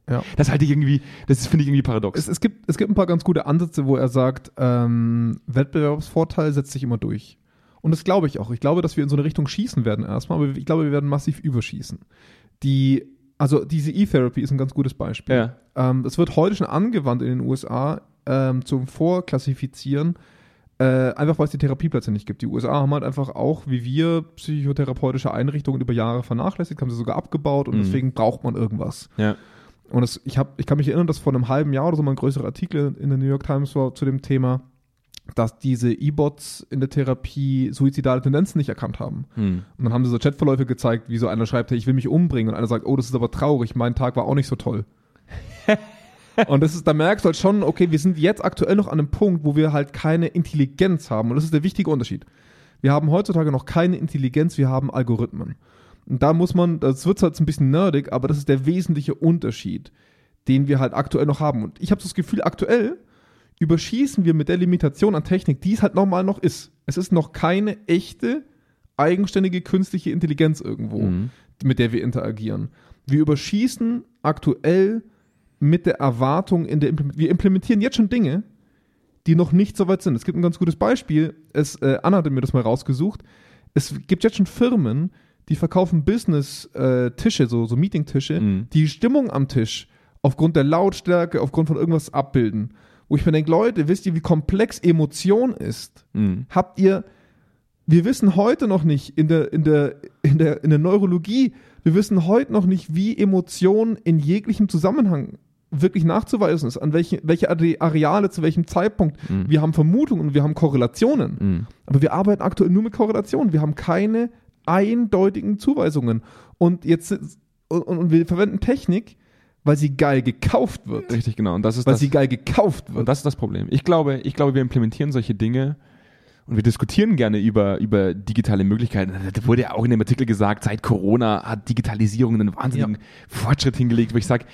[SPEAKER 2] Ja. ja.
[SPEAKER 1] Das halte ich irgendwie, das ist- finde ich irgendwie paradox.
[SPEAKER 2] Es, es, gibt, es gibt ein paar ganz gute Ansätze, wo er sagt, ähm, Wettbewerbsvorteil setzt sich immer durch. Und das glaube ich auch. Ich glaube, dass wir in so eine Richtung schießen werden erstmal, aber ich glaube, wir werden massiv überschießen. Die, also diese E-Therapy ist ein ganz gutes Beispiel.
[SPEAKER 1] Ja.
[SPEAKER 2] Ähm, das wird heute schon angewandt in den USA ähm, zum Vorklassifizieren, äh, einfach weil es die Therapieplätze nicht gibt. Die USA haben halt einfach auch, wie wir, psychotherapeutische Einrichtungen über Jahre vernachlässigt, haben sie sogar abgebaut und
[SPEAKER 1] Mhm.
[SPEAKER 2] deswegen braucht man irgendwas.
[SPEAKER 1] ja.
[SPEAKER 2] Und es, ich, hab, ich kann mich erinnern, dass vor einem halben Jahr oder so mal ein größerer Artikel in der New York Times war zu dem Thema, dass diese E-Bots in der Therapie suizidale Tendenzen nicht erkannt haben.
[SPEAKER 1] Hm.
[SPEAKER 2] Und dann haben sie so Chatverläufe gezeigt, wie so einer schreibt, hey, ich will mich umbringen. Und einer sagt, oh, das ist aber traurig, mein Tag war auch nicht so toll. und das ist, da merkst du halt schon, okay, wir sind jetzt aktuell noch an einem Punkt, wo wir halt keine Intelligenz haben. Und das ist der wichtige Unterschied. Wir haben heutzutage noch keine Intelligenz, wir haben Algorithmen. Und da muss man, das wird halt so ein bisschen nerdig, aber das ist der wesentliche Unterschied, den wir halt aktuell noch haben. Und ich habe so das Gefühl, aktuell überschießen wir mit der Limitation an Technik, die es halt normal noch ist. Es ist noch keine echte, eigenständige künstliche Intelligenz irgendwo,
[SPEAKER 1] Mhm.
[SPEAKER 2] mit der wir interagieren. Wir überschießen aktuell mit der Erwartung in der Implement Wir implementieren jetzt schon Dinge, die noch nicht so weit sind. Es gibt ein ganz gutes Beispiel. Es, äh, Anna hatte mir das mal rausgesucht. Es gibt jetzt schon Firmen, die verkaufen Business-Tische, so, so Meeting-Tische,
[SPEAKER 1] Mhm.
[SPEAKER 2] die Stimmung am Tisch aufgrund der Lautstärke, aufgrund von irgendwas abbilden. Wo ich mir denke, Leute, wisst ihr, wie komplex Emotion ist?
[SPEAKER 1] Hm.
[SPEAKER 2] habt ihr, wir wissen heute noch nicht in der, in der, in der, in der Neurologie, wir wissen heute noch nicht, wie Emotionen in jeglichem Zusammenhang wirklich nachzuweisen ist, an welche, welche Are- Areale zu welchem Zeitpunkt.
[SPEAKER 1] Mhm.
[SPEAKER 2] Wir haben Vermutungen und wir haben Korrelationen,
[SPEAKER 1] Hm.
[SPEAKER 2] aber wir arbeiten aktuell nur mit Korrelationen. Wir haben keine eindeutigen Zuweisungen. Und jetzt sitz- und, und wir verwenden Technik, weil sie geil gekauft wird.
[SPEAKER 1] Richtig, genau. Und das ist
[SPEAKER 2] Weil
[SPEAKER 1] das.
[SPEAKER 2] sie geil gekauft wird.
[SPEAKER 1] Und das ist das Problem. Ich glaube, ich glaube, wir implementieren solche Dinge und wir diskutieren gerne über, über digitale Möglichkeiten. Da wurde ja auch in dem Artikel gesagt, seit Corona hat Digitalisierung einen wahnsinnigen
[SPEAKER 2] Ja.
[SPEAKER 1] Fortschritt hingelegt, wo ich sage,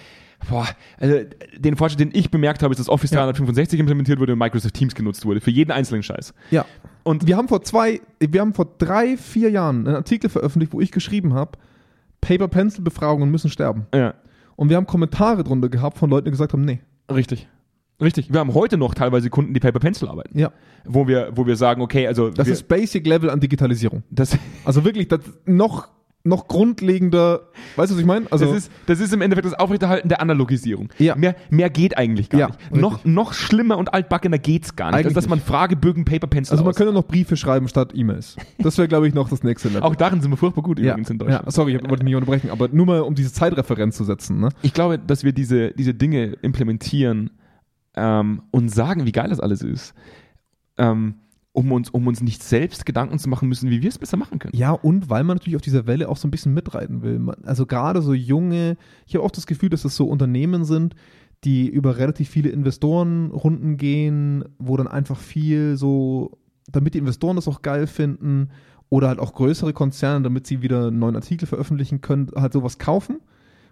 [SPEAKER 1] boah, also den Fortschritt, den ich bemerkt habe, ist, dass Office
[SPEAKER 2] Ja.
[SPEAKER 1] 365 implementiert wurde und Microsoft Teams genutzt wurde, für jeden einzelnen Scheiß.
[SPEAKER 2] Ja.
[SPEAKER 1] Und-
[SPEAKER 2] Und wir haben vor zwei, wir haben vor drei, vier Jahren einen Artikel veröffentlicht, wo ich geschrieben habe, Paper-Pencil-Befragungen müssen sterben.
[SPEAKER 1] Ja,
[SPEAKER 2] Und wir haben Kommentare drunter gehabt von Leuten, die gesagt haben, nee.
[SPEAKER 1] richtig. Richtig. Wir haben heute noch teilweise Kunden, die Paper Pencil arbeiten,
[SPEAKER 2] Ja.
[SPEAKER 1] wo wir, wo wir sagen, okay, also
[SPEAKER 2] Das
[SPEAKER 1] wir,
[SPEAKER 2] ist Basic Level an Digitalisierung.
[SPEAKER 1] das,
[SPEAKER 2] Also wirklich, das noch, noch grundlegender, weißt du, was ich meine? Also,
[SPEAKER 1] das, ist, das ist im Endeffekt das Aufrechterhalten der Analogisierung.
[SPEAKER 2] Ja.
[SPEAKER 1] Mehr, mehr geht eigentlich gar
[SPEAKER 2] Ja,
[SPEAKER 1] nicht.
[SPEAKER 2] richtig.
[SPEAKER 1] Noch, noch schlimmer und altbackener geht's gar nicht, als
[SPEAKER 2] Eigentlich
[SPEAKER 1] dass man
[SPEAKER 2] nicht.
[SPEAKER 1] Fragebögen, Paper, Pencil
[SPEAKER 2] also man
[SPEAKER 1] aus-
[SPEAKER 2] könnte noch Briefe schreiben statt E-Mails. Das wäre, glaube ich, noch das nächste Level.
[SPEAKER 1] Auch darin sind wir furchtbar gut
[SPEAKER 2] ja.
[SPEAKER 1] übrigens in Deutschland.
[SPEAKER 2] ja, sorry, ich wollte nicht unterbrechen, aber nur mal, um diese Zeitreferenz zu setzen. Ne?
[SPEAKER 1] Ich glaube, dass wir diese, diese Dinge implementieren ähm, und sagen, wie geil das alles ist, ähm, um, uns, um uns nicht selbst Gedanken zu machen müssen, wie wir es besser machen können.
[SPEAKER 2] Ja, und weil man natürlich auf dieser Welle auch so ein bisschen mitreiten will. Man, also gerade so junge, ich habe oft das Gefühl, dass das so Unternehmen sind, die über relativ viele Investorenrunden gehen, wo dann einfach viel so, damit die Investoren das auch geil finden oder halt auch größere Konzerne, damit sie wieder einen neuen Artikel veröffentlichen können, halt sowas kaufen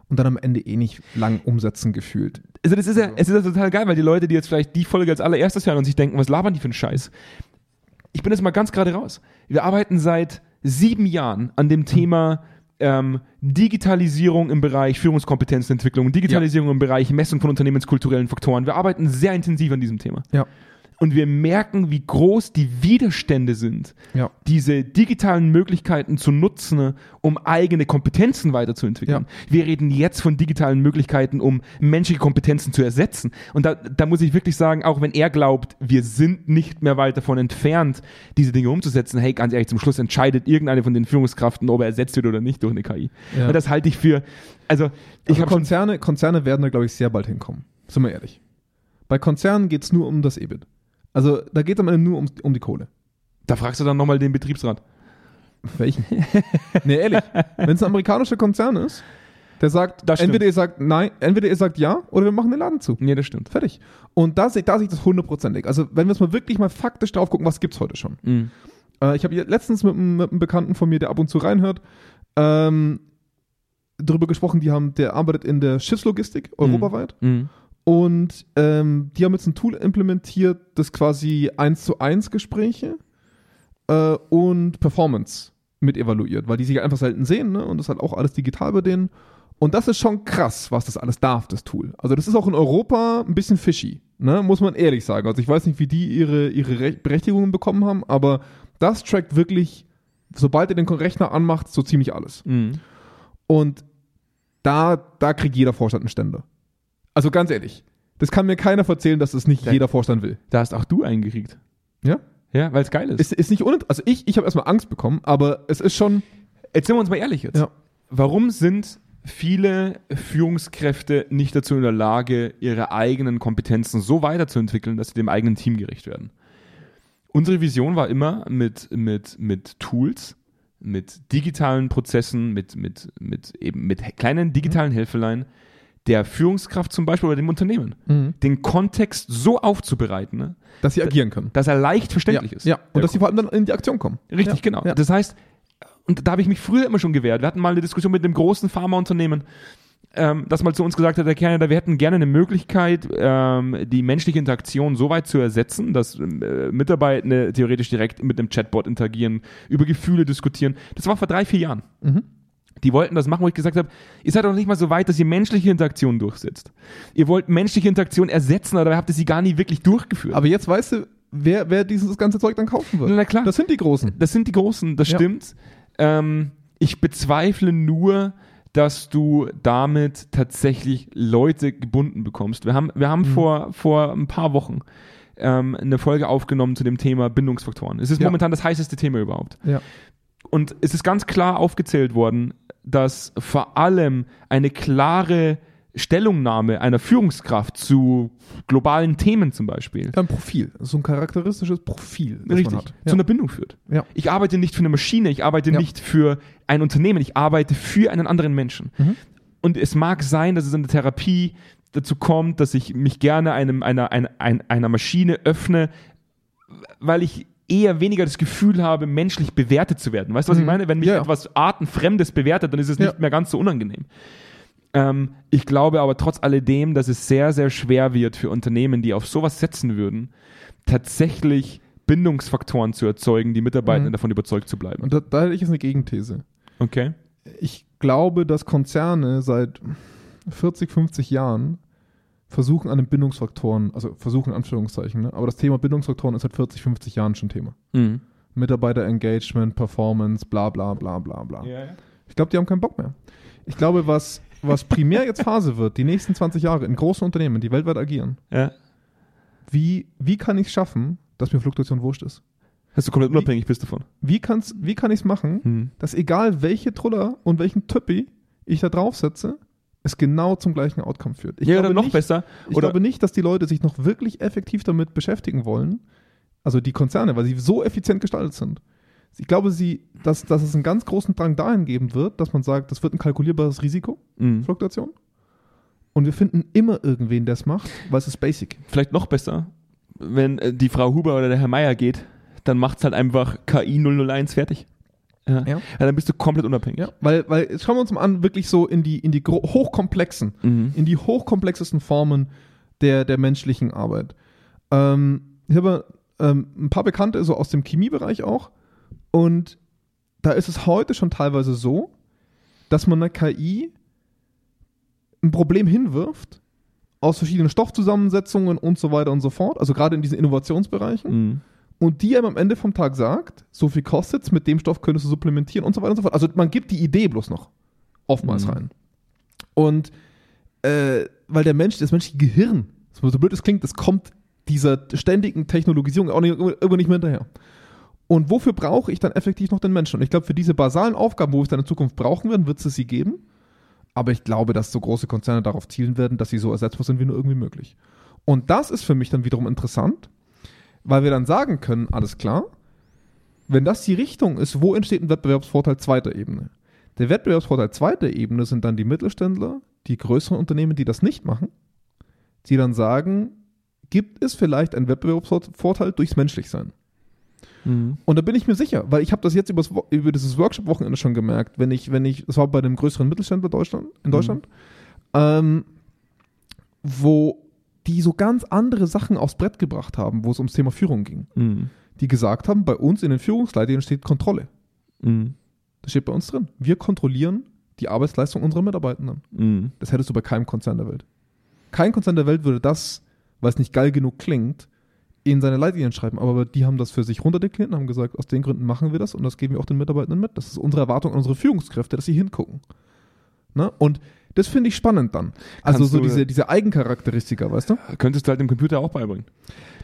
[SPEAKER 2] und dann am Ende eh nicht lang umsetzen gefühlt.
[SPEAKER 1] Also das ist ja, es ist ja total geil, weil die Leute, die jetzt vielleicht die Folge als allererstes hören und sich denken, was labern die für einen Scheiß? Ich bin jetzt mal ganz gerade raus. Wir arbeiten seit sieben Jahren an dem Thema ähm, Digitalisierung im Bereich Führungskompetenzentwicklung, Digitalisierung im Bereich Messung von unternehmenskulturellen Faktoren. Wir arbeiten sehr intensiv an diesem Thema.
[SPEAKER 2] Ja,
[SPEAKER 1] Und wir merken, wie groß die Widerstände sind,
[SPEAKER 2] ja.
[SPEAKER 1] diese digitalen Möglichkeiten zu nutzen, um eigene Kompetenzen weiterzuentwickeln. Wir reden jetzt von digitalen Möglichkeiten, um menschliche Kompetenzen zu ersetzen. Und da, da muss ich wirklich sagen, auch wenn er glaubt, wir sind nicht mehr weit davon entfernt, diese Dinge umzusetzen, hey, ganz ehrlich, zum Schluss entscheidet irgendeine von den Führungskraften, ob er ersetzt wird oder nicht durch eine KI.
[SPEAKER 2] Ja.
[SPEAKER 1] Und das halte ich für, also ich
[SPEAKER 2] also
[SPEAKER 1] habe schon
[SPEAKER 2] Konzerne, Konzerne werden da, glaube ich, sehr bald hinkommen. Sind wir ehrlich. Bei Konzernen geht es nur um das EBIT. Also da geht es am Ende nur um, um die Kohle.
[SPEAKER 1] da fragst du dann nochmal den Betriebsrat. <laughs>
[SPEAKER 2] Welchen? nee, ehrlich. Wenn es ein amerikanischer Konzern ist, der sagt,
[SPEAKER 1] Das stimmt.
[SPEAKER 2] entweder ihr sagt nein, entweder ihr sagt ja oder wir machen den Laden zu.
[SPEAKER 1] Nee, das stimmt.
[SPEAKER 2] Fertig. Und da sehe da seh ich das hundertprozentig. Also wenn wir es mal wirklich mal faktisch drauf gucken, was gibt es heute schon?
[SPEAKER 1] Mhm.
[SPEAKER 2] Äh, ich habe hier letztens mit, einem- mit einem Bekannten von mir, der ab und zu reinhört, ähm, darüber gesprochen, die haben, der arbeitet in der Schiffslogistik europaweit.
[SPEAKER 1] Mhm.
[SPEAKER 2] Und ähm, die haben jetzt ein Tool implementiert, das quasi 1 zu 1 Gespräche äh, und Performance mit evaluiert, weil die sich einfach selten sehen ne? und das ist halt auch alles digital bei denen. Und das ist schon krass, was das alles darf, das Tool. Also das ist auch in Europa ein bisschen fishy, ne? muss man ehrlich sagen. Also ich weiß nicht, wie die ihre, ihre Rech- Berechtigungen bekommen haben, aber das trackt wirklich, sobald ihr den Rechner anmacht, so ziemlich alles.
[SPEAKER 1] Mhm.
[SPEAKER 2] Und da, da kriegt jeder Vorstand einen Ständer. Also ganz ehrlich, das kann mir keiner erzählen, dass das nicht
[SPEAKER 1] Ja.
[SPEAKER 2] jeder Vorstand will.
[SPEAKER 1] Da hast auch du eingekriegt.
[SPEAKER 2] Ja?
[SPEAKER 1] Ja, weil es geil ist.
[SPEAKER 2] Es ist nicht uninteressant. Also ich, ich habe erstmal Angst bekommen, aber es ist schon.
[SPEAKER 1] Jetzt sind wir uns mal ehrlich jetzt.
[SPEAKER 2] Ja.
[SPEAKER 1] Warum sind viele Führungskräfte nicht dazu in der Lage, ihre eigenen Kompetenzen so weiterzuentwickeln, dass sie dem eigenen Team gerecht werden? unsere Vision war immer mit, mit, mit Tools, mit digitalen Prozessen, mit, mit, mit, eben mit he-
[SPEAKER 2] Mhm.
[SPEAKER 1] kleinen digitalen Helfeleien der Führungskraft zum Beispiel oder dem Unternehmen,
[SPEAKER 2] Mhm.
[SPEAKER 1] den Kontext so aufzubereiten, ne,
[SPEAKER 2] Dass sie agieren können.
[SPEAKER 1] dass er leicht
[SPEAKER 2] Ja,
[SPEAKER 1] verständlich ist.
[SPEAKER 2] ja. und
[SPEAKER 1] Ja,
[SPEAKER 2] dass sie vor allem dann in die Aktion kommen.
[SPEAKER 1] Richtig,
[SPEAKER 2] ja.
[SPEAKER 1] genau.
[SPEAKER 2] Ja.
[SPEAKER 1] Das heißt, und da habe ich mich früher immer schon gewehrt. Wir hatten mal eine Diskussion mit einem großen Pharmaunternehmen, ähm, das mal zu uns gesagt hat, Herr Kerner, wir hätten gerne eine Möglichkeit, ähm, die menschliche Interaktion so weit zu ersetzen, dass ähm, äh, Mitarbeitende theoretisch direkt mit einem Chatbot interagieren, über Gefühle diskutieren. Das war vor drei, vier Jahren.
[SPEAKER 2] Mhm.
[SPEAKER 1] Die wollten das machen, wo ich gesagt habe, ihr seid doch nicht mal so weit, dass ihr menschliche Interaktion durchsetzt. Ihr wollt menschliche Interaktion ersetzen, aber dabei habt ihr sie gar nie wirklich durchgeführt.
[SPEAKER 2] Aber jetzt weißt du, wer, wer dieses ganze Zeug dann kaufen wird.
[SPEAKER 1] Na klar.
[SPEAKER 2] Das sind die Großen.
[SPEAKER 1] das sind die Großen, das
[SPEAKER 2] Ja.
[SPEAKER 1] stimmt. Ähm, ich bezweifle nur, dass du damit tatsächlich Leute gebunden bekommst. Wir haben, wir haben
[SPEAKER 2] Mhm.
[SPEAKER 1] vor, vor ein paar Wochen ähm, eine Folge aufgenommen zu dem Thema Bindungsfaktoren. Es ist
[SPEAKER 2] Ja.
[SPEAKER 1] momentan das heißeste Thema überhaupt.
[SPEAKER 2] Ja.
[SPEAKER 1] Und es ist ganz klar aufgezählt worden, dass vor allem eine klare Stellungnahme einer Führungskraft zu globalen Themen zum Beispiel
[SPEAKER 2] Ein Profil. So ein charakteristisches Profil, das
[SPEAKER 1] richtig
[SPEAKER 2] man hat.
[SPEAKER 1] zu ne- einer Bindung führt.
[SPEAKER 2] Ja.
[SPEAKER 1] Ich arbeite nicht für eine Maschine, ich arbeite
[SPEAKER 2] Ja.
[SPEAKER 1] nicht für ein Unternehmen, ich arbeite für einen anderen Menschen.
[SPEAKER 2] Mhm.
[SPEAKER 1] Und es mag sein, dass es in der Therapie dazu kommt, dass ich mich gerne einem, einer, einer, ein- einer Maschine öffne, weil ich eher weniger das Gefühl habe, menschlich bewertet zu werden. Weißt du, was ich
[SPEAKER 2] Mhm.
[SPEAKER 1] meine? Wenn mich
[SPEAKER 2] Ja, ja.
[SPEAKER 1] etwas Artenfremdes bewertet, dann ist es
[SPEAKER 2] Ja.
[SPEAKER 1] nicht mehr ganz so unangenehm. Ähm, ich glaube aber trotz alledem, dass es sehr, sehr schwer wird für Unternehmen, die auf sowas setzen würden, tatsächlich Bindungsfaktoren zu erzeugen, die Mitarbeitenden
[SPEAKER 2] Mhm.
[SPEAKER 1] davon überzeugt zu bleiben.
[SPEAKER 2] Und da, da hätte ich jetzt eine Gegenthese.
[SPEAKER 1] Okay.
[SPEAKER 2] Ich glaube, dass Konzerne seit 40, 50 Jahren versuchen an den Bindungsfaktoren, also versuchen in Anführungszeichen, ne? aber das Thema Bindungsfaktoren ist seit 40, 50 Jahren schon Thema.
[SPEAKER 1] Mhm.
[SPEAKER 2] Mitarbeiterengagement, Performance, bla bla bla bla bla. Ich glaube, die haben keinen Bock mehr. Ich glaube, was, was primär jetzt Phase wird, die nächsten 20 Jahre in großen Unternehmen, die weltweit agieren,
[SPEAKER 1] Ja.
[SPEAKER 2] wie, wie kann ich es schaffen, dass mir Fluktuation wurscht ist?
[SPEAKER 1] Dass du komplett unabhängig bist davon.
[SPEAKER 2] Wie, kann's, wie kann ich es machen,
[SPEAKER 1] Mhm.
[SPEAKER 2] dass egal welche Truller und welchen Tüppi ich da draufsetze, es genau zum gleichen Outcome führt? Ich
[SPEAKER 1] ja, oder noch
[SPEAKER 2] nicht,
[SPEAKER 1] besser.
[SPEAKER 2] Ich
[SPEAKER 1] oder
[SPEAKER 2] glaube nicht, dass die Leute sich noch wirklich effektiv damit beschäftigen wollen, also die Konzerne, weil sie so effizient gestaltet sind. Ich glaube, sie, dass, dass es einen ganz großen Drang dahin geben wird, dass man sagt, das wird ein kalkulierbares Risiko.
[SPEAKER 1] Mhm.
[SPEAKER 2] Fluktuation. Und wir finden immer irgendwen, der es macht, weil es ist basic.
[SPEAKER 1] vielleicht noch besser, wenn äh, die Frau Huber oder der Herr Meier geht, dann macht's halt einfach KI 001 fertig. Ja.
[SPEAKER 2] Ja.
[SPEAKER 1] dann bist du komplett unabhängig.
[SPEAKER 2] Weil, weil jetzt schauen wir uns mal an, wirklich so in die, in die gro- hochkomplexen,
[SPEAKER 1] Mhm.
[SPEAKER 2] in die hochkomplexesten Formen der, der menschlichen Arbeit. Ähm, ich habe ähm, ein paar Bekannte, so aus dem Chemiebereich auch, und da ist es heute schon teilweise so, dass man einer KI ein Problem hinwirft aus verschiedenen Stoffzusammensetzungen und so weiter und so fort, also gerade in diesen Innovationsbereichen.
[SPEAKER 1] Mhm.
[SPEAKER 2] und die einem am Ende vom Tag sagt, so viel kostet's, mit dem Stoff könntest du supplementieren und so weiter und so fort. Also man gibt die Idee bloß noch oftmals
[SPEAKER 1] Mhm.
[SPEAKER 2] rein. Und äh, weil der Mensch, das menschliche Gehirn, so blöd es klingt, das kommt dieser ständigen Technologisierung auch nicht, irgendwann nicht mehr hinterher. Und wofür brauche ich dann effektiv noch den Menschen? Und ich glaube, für diese basalen Aufgaben, wo wir es dann in Zukunft brauchen werden, wird es sie geben. Aber ich glaube, dass so große Konzerne darauf zielen werden, dass sie so ersetzbar sind wie nur irgendwie möglich. Und das ist für mich dann wiederum interessant, weil wir dann sagen können, alles klar, wenn das die Richtung ist, wo entsteht ein Wettbewerbsvorteil zweiter Ebene? Der Wettbewerbsvorteil zweiter Ebene sind dann die Mittelständler, die größeren Unternehmen, die das nicht machen, die dann sagen, gibt es vielleicht einen Wettbewerbsvorteil durchs Menschlichsein?
[SPEAKER 1] Mhm.
[SPEAKER 2] Und da bin ich mir sicher, weil ich habe das jetzt übers, Wo- über dieses Workshop-Wochenende schon gemerkt, wenn ich, wenn ich, das war bei einem größeren Mittelständler Deutschland, in Deutschland, ähm, wo die so ganz andere Sachen aufs Brett gebracht haben, wo es ums Thema Führung ging.
[SPEAKER 1] Mhm.
[SPEAKER 2] Die gesagt haben, bei uns in den Führungsleitlinien steht Kontrolle.
[SPEAKER 1] Mhm.
[SPEAKER 2] Das steht bei uns drin. Wir kontrollieren die Arbeitsleistung unserer Mitarbeitenden.
[SPEAKER 1] Mhm.
[SPEAKER 2] Das hättest du bei keinem Konzern der Welt. Kein Konzern der Welt würde das, weil es nicht geil genug klingt, in seine Leitlinien schreiben. Aber die haben das für sich runterdekliniert und haben gesagt, aus den Gründen machen wir das und das geben wir auch den Mitarbeitenden mit. Das ist unsere Erwartung an unsere Führungskräfte, dass sie hingucken. Ne? Und das finde ich spannend dann. Also
[SPEAKER 1] Kannst
[SPEAKER 2] so
[SPEAKER 1] du- äh,
[SPEAKER 2] diese, diese Eigencharakteristika, weißt du?
[SPEAKER 1] Könntest du halt dem Computer auch beibringen.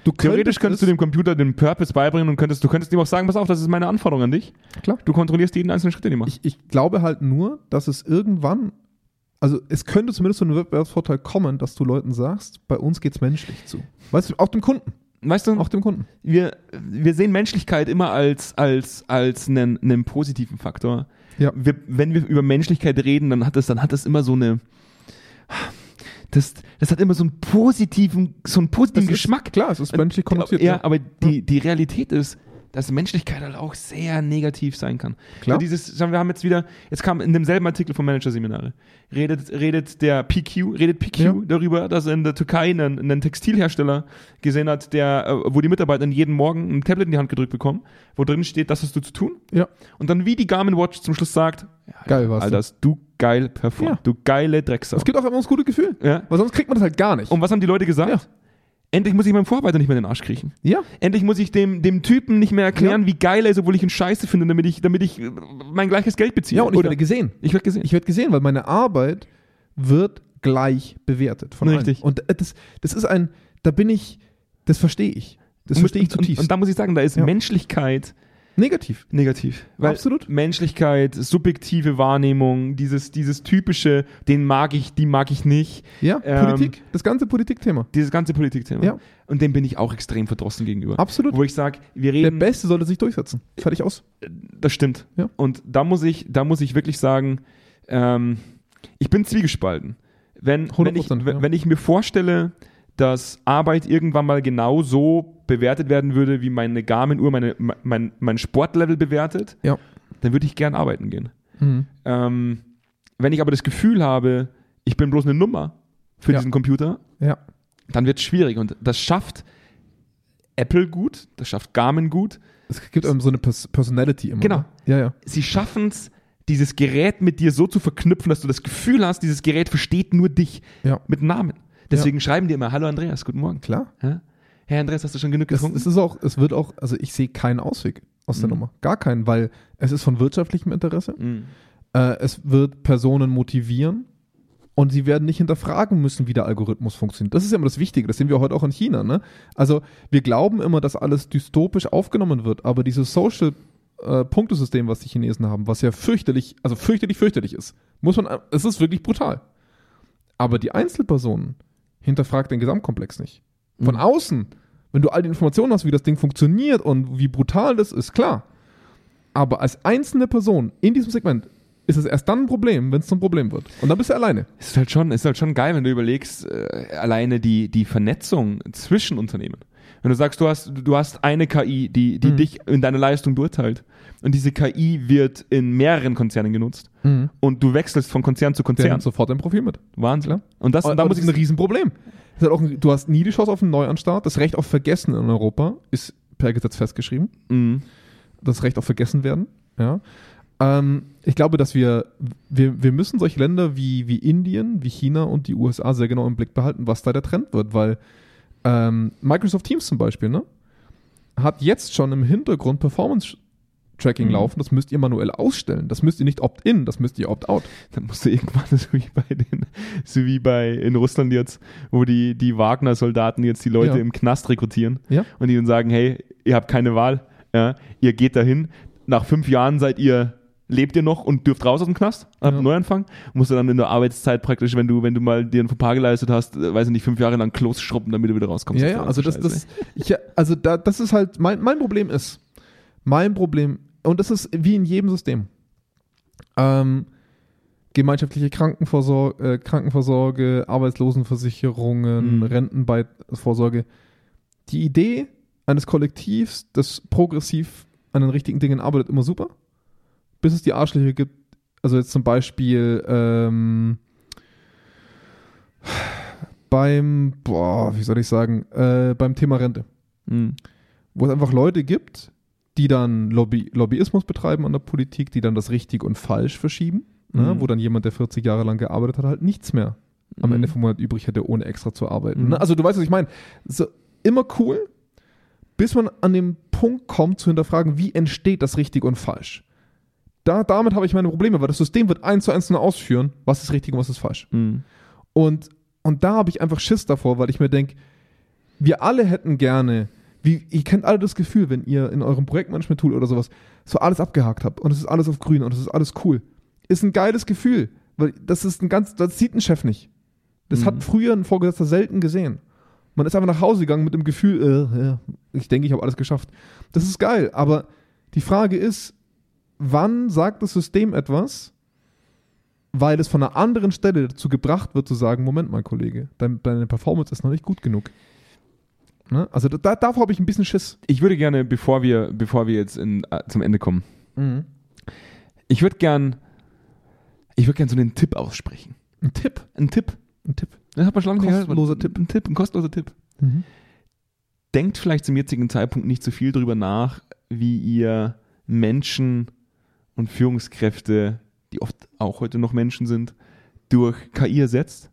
[SPEAKER 2] du
[SPEAKER 1] Theoretisch könntest du
[SPEAKER 2] es-
[SPEAKER 1] dem Computer den Purpose beibringen und könntest, du könntest ihm auch sagen, pass auf, das ist meine Anforderung an dich.
[SPEAKER 2] Klar.
[SPEAKER 1] Du kontrollierst jeden einzelnen Schritt, den ich mache.
[SPEAKER 2] Ich, ich glaube halt nur, dass es irgendwann, also es könnte zumindest zu einem Wettbewerbsvorteil kommen, dass du Leuten sagst, bei uns geht's menschlich zu. Weißt du, auch dem Kunden.
[SPEAKER 1] weißt du,
[SPEAKER 2] Auch dem Kunden.
[SPEAKER 1] wir, wir sehen Menschlichkeit immer als, als, als einen, einen positiven Faktor.
[SPEAKER 2] Ja.
[SPEAKER 1] Wir, wenn wir über Menschlichkeit reden, dann hat das, dann hat das immer so eine. Das, das hat immer so einen positiven, so einen positiven
[SPEAKER 2] Es ist- Äh,
[SPEAKER 1] Geschmack.
[SPEAKER 2] Klar, es ist menschlich konnotiert.
[SPEAKER 1] Ja, Hm. aber die, die Realität ist, dass Menschlichkeit halt auch sehr negativ sein kann.
[SPEAKER 2] Klar.
[SPEAKER 1] So dieses, sagen wir wir haben jetzt wieder, jetzt kam in demselben Artikel vom Managerseminare, redet, redet der PQ, redet PQ
[SPEAKER 2] Ja.
[SPEAKER 1] darüber, dass er in der Türkei einen, einen Textilhersteller gesehen hat, der, äh, wo die Mitarbeiter jeden Morgen ein Tablet in die Hand gedrückt bekommen, wo drin steht, das hast du zu tun.
[SPEAKER 2] Ja.
[SPEAKER 1] Und dann wie die Garmin Watch zum Schluss sagt, ja,
[SPEAKER 2] Geil warst
[SPEAKER 1] Alter,
[SPEAKER 2] du.
[SPEAKER 1] hast du geil performt,
[SPEAKER 2] Ja.
[SPEAKER 1] du geile Drecksau.
[SPEAKER 2] Das gibt auch immer das gute Gefühl.
[SPEAKER 1] Ja. Um
[SPEAKER 2] Weil sonst kriegt man das halt gar nicht.
[SPEAKER 1] Und was haben die Leute gesagt?
[SPEAKER 2] Ja.
[SPEAKER 1] Endlich muss ich meinem Vorarbeiter nicht mehr in den Arsch kriechen.
[SPEAKER 2] ja.
[SPEAKER 1] Endlich muss ich dem, dem Typen nicht mehr erklären, wie geil er ist, obwohl ich ihn scheiße finde, damit ich, damit ich äh, mein gleiches Geld beziehe.
[SPEAKER 2] Ja, und ich
[SPEAKER 1] Oder-
[SPEAKER 2] werde gesehen.
[SPEAKER 1] ich werde gesehen.
[SPEAKER 2] Ich werde gesehen, weil meine Arbeit wird gleich bewertet von
[SPEAKER 1] Richtig.
[SPEAKER 2] Allen. Und äh, das, das ist ein, da bin ich, das verstehe ich. Das
[SPEAKER 1] Und-
[SPEAKER 2] verstehe ich
[SPEAKER 1] und-
[SPEAKER 2] zutiefst.
[SPEAKER 1] Und, und da muss ich sagen, da ist
[SPEAKER 2] Ja.
[SPEAKER 1] Menschlichkeit
[SPEAKER 2] Negativ.
[SPEAKER 1] negativ. Weil
[SPEAKER 2] Absolut.
[SPEAKER 1] Menschlichkeit, subjektive Wahrnehmung, dieses, dieses typische, den mag ich, die mag ich nicht,
[SPEAKER 2] Ja,
[SPEAKER 1] Ähm,
[SPEAKER 2] Politik, das ganze Politikthema.
[SPEAKER 1] dieses ganze Politikthema.
[SPEAKER 2] Ja.
[SPEAKER 1] Und dem bin ich auch extrem verdrossen gegenüber.
[SPEAKER 2] Absolut.
[SPEAKER 1] Wo ich sage, wir
[SPEAKER 2] Der
[SPEAKER 1] reden,
[SPEAKER 2] Beste sollte sich durchsetzen. Fertig aus.
[SPEAKER 1] das stimmt.
[SPEAKER 2] Ja.
[SPEAKER 1] Und da muss ich, da muss ich wirklich sagen, ähm, ich bin zwiegespalten. Wenn, wenn, ich,
[SPEAKER 2] 100%, ja.
[SPEAKER 1] wenn ich mir vorstelle, dass Arbeit irgendwann mal genau so bewertet werden würde, wie meine Garmin-Uhr meine, mein, mein Sportlevel bewertet,
[SPEAKER 2] Ja.
[SPEAKER 1] dann würde ich gern arbeiten gehen.
[SPEAKER 2] Hm.
[SPEAKER 1] Ähm, wenn ich aber das Gefühl habe, ich bin bloß eine Nummer für
[SPEAKER 2] Ja.
[SPEAKER 1] diesen Computer,
[SPEAKER 2] Ja.
[SPEAKER 1] dann wird es schwierig. Und das schafft Apple gut, das schafft Garmin gut,
[SPEAKER 2] Es gibt einem so eine Pers Personality immer.
[SPEAKER 1] Genau.
[SPEAKER 2] ne? Ja, ja.
[SPEAKER 1] sie schaffen es, dieses Gerät mit dir so zu verknüpfen, dass du das Gefühl hast, dieses Gerät versteht nur dich
[SPEAKER 2] Ja.
[SPEAKER 1] mit Namen. Deswegen schreiben die immer, hallo Andreas, guten Morgen.
[SPEAKER 2] Klar.
[SPEAKER 1] Ja? Herr Andreas, hast du schon genug
[SPEAKER 2] Es,
[SPEAKER 1] getrunken?
[SPEAKER 2] es ist auch, es wird auch, also ich sehe keinen Ausweg aus der Nummer. Gar keinen, weil es ist von wirtschaftlichem Interesse.
[SPEAKER 1] Mhm.
[SPEAKER 2] Äh, es wird Personen motivieren und sie werden nicht hinterfragen müssen, wie der Algorithmus funktioniert. Das ist ja immer das Wichtige. Das sehen wir heute auch in China. Ne? Also wir glauben immer, dass alles dystopisch aufgenommen wird, aber dieses Social äh, Punktesystem, was die Chinesen haben, was ja fürchterlich, also fürchterlich, fürchterlich ist, muss man, es ist wirklich brutal. Aber die Einzelpersonen hinterfragt den Gesamtkomplex nicht. Von
[SPEAKER 1] Mhm.
[SPEAKER 2] außen, wenn du all die Informationen hast, wie das Ding funktioniert und wie brutal das ist, klar. Aber als einzelne Person in diesem Segment ist es erst dann ein Problem, wenn es zum Problem wird. Und dann bist du alleine.
[SPEAKER 1] Es ist halt schon, es ist halt schon geil, wenn du überlegst, äh, alleine die, die Vernetzung zwischen Unternehmen. Wenn du sagst, du hast, du hast eine KI, die, die
[SPEAKER 2] Mhm.
[SPEAKER 1] dich in deine Leistung beurteilt. Und diese KI wird in mehreren Konzernen genutzt. Und du wechselst von Konzern zu
[SPEAKER 2] Der
[SPEAKER 1] Konzern.
[SPEAKER 2] nimmt sofort dein Profil mit.
[SPEAKER 1] Wahnsinn. Und das, und da muss ich
[SPEAKER 2] ein Riesenproblem. Das ist halt auch ein, du hast nie die Chance auf einen Neuanstart. Das Recht auf Vergessen in Europa ist per Gesetz festgeschrieben.
[SPEAKER 1] Mhm.
[SPEAKER 2] das Recht auf vergessen werden. Ja. Ähm, ich glaube, dass wir, wir, wir müssen solche Länder wie, wie Indien, wie China und die USA sehr genau im Blick behalten, was da der Trend wird, weil ähm, Microsoft Teams zum Beispiel, ne, hat jetzt schon im Hintergrund Performance-Tracking
[SPEAKER 1] Mhm.
[SPEAKER 2] laufen, das müsst ihr manuell ausstellen. Das müsst ihr nicht opt-in, das müsst ihr opt-out.
[SPEAKER 1] Dann musst du irgendwann, <laughs> so wie bei den, so wie bei in Russland jetzt, wo die, die Wagner-Soldaten jetzt die Leute
[SPEAKER 2] Ja.
[SPEAKER 1] im Knast rekrutieren
[SPEAKER 2] Ja.
[SPEAKER 1] und die dann sagen, hey, ihr habt keine Wahl, ja, ihr geht dahin, nach fünf Jahren seid ihr, lebt ihr noch und dürft raus aus dem Knast, habt einen
[SPEAKER 2] Ja.
[SPEAKER 1] Neuanfang, musst du dann in der Arbeitszeit praktisch, wenn du, wenn du mal dir ein Fauxpas geleistet hast, äh, weiß ich nicht, fünf Jahre lang Klos schrubben, damit du wieder rauskommst.
[SPEAKER 2] Ja, ja, also das, das, <laughs> ich, also da, das ist halt, mein, mein Problem ist, mein Problem, und das ist wie in jedem System, ähm, gemeinschaftliche Krankenversorge, äh, Krankenversorge Arbeitslosenversicherungen,
[SPEAKER 1] Mhm.
[SPEAKER 2] Rentenbeivorsorge, die Idee eines Kollektivs, das progressiv an den richtigen Dingen arbeitet, immer super, bis es die Arschlöcher gibt, also jetzt zum Beispiel, ähm, beim, boah, wie soll ich sagen, äh, beim Thema Rente,
[SPEAKER 1] Mhm.
[SPEAKER 2] wo es einfach Leute gibt, die dann Lobby, Lobbyismus betreiben an der Politik, die dann das richtig und falsch verschieben, ne?
[SPEAKER 1] Mhm.
[SPEAKER 2] wo dann jemand, der 40 Jahre lang gearbeitet hat, halt nichts mehr am
[SPEAKER 1] Mhm.
[SPEAKER 2] Ende vom Monat übrig hätte, ohne extra zu arbeiten.
[SPEAKER 1] Mhm.
[SPEAKER 2] Ne? Also du weißt, was ich meine. So, immer cool, bis man an den Punkt kommt zu hinterfragen, wie entsteht das richtig und falsch. Da, damit habe ich meine Probleme, weil das System wird eins zu eins nur ausführen, was ist richtig und was ist falsch.
[SPEAKER 1] Mhm.
[SPEAKER 2] Und, und da habe ich einfach Schiss davor, weil ich mir denke, wir alle hätten gerne, wie, ihr kennt alle das Gefühl, wenn ihr in eurem Projektmanagement-Tool oder sowas so alles abgehakt habt und es ist alles auf grün und es ist alles cool. Ist ein geiles Gefühl, weil das ist ein ganz, das sieht ein Chef nicht. Das
[SPEAKER 1] Mhm.
[SPEAKER 2] hat früher ein Vorgesetzter selten gesehen. Man ist einfach nach Hause gegangen mit dem Gefühl, äh, ja, ich denke, ich habe alles geschafft. Das ist geil, aber die Frage ist, wann sagt das System etwas, weil es von einer anderen Stelle dazu gebracht wird, zu sagen, Moment mal, Kollege, dein, deine Performance ist noch nicht gut genug. Ne? Also da, davor habe ich ein bisschen Schiss.
[SPEAKER 1] Ich würde gerne, bevor wir, bevor wir jetzt in, äh, zum Ende kommen,
[SPEAKER 2] Mhm.
[SPEAKER 1] ich würde gern, ich würde gern so einen Tipp aussprechen.
[SPEAKER 2] Ein Tipp,
[SPEAKER 1] Ein Tipp.
[SPEAKER 2] ein Tipp.
[SPEAKER 1] Das hat man schon lange nicht gehört.
[SPEAKER 2] Kostenloser Tipp.
[SPEAKER 1] Ein Tipp, ein kostenloser Tipp.
[SPEAKER 2] Mhm.
[SPEAKER 1] denkt vielleicht zum jetzigen Zeitpunkt nicht so viel darüber nach, wie ihr Menschen und Führungskräfte, die oft auch heute noch Menschen sind, durch KI ersetzt,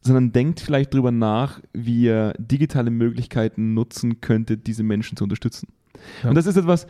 [SPEAKER 1] sondern denkt vielleicht darüber nach, wie ihr digitale Möglichkeiten nutzen könntet, diese Menschen zu unterstützen.
[SPEAKER 2] Ja.
[SPEAKER 1] Und das ist etwas,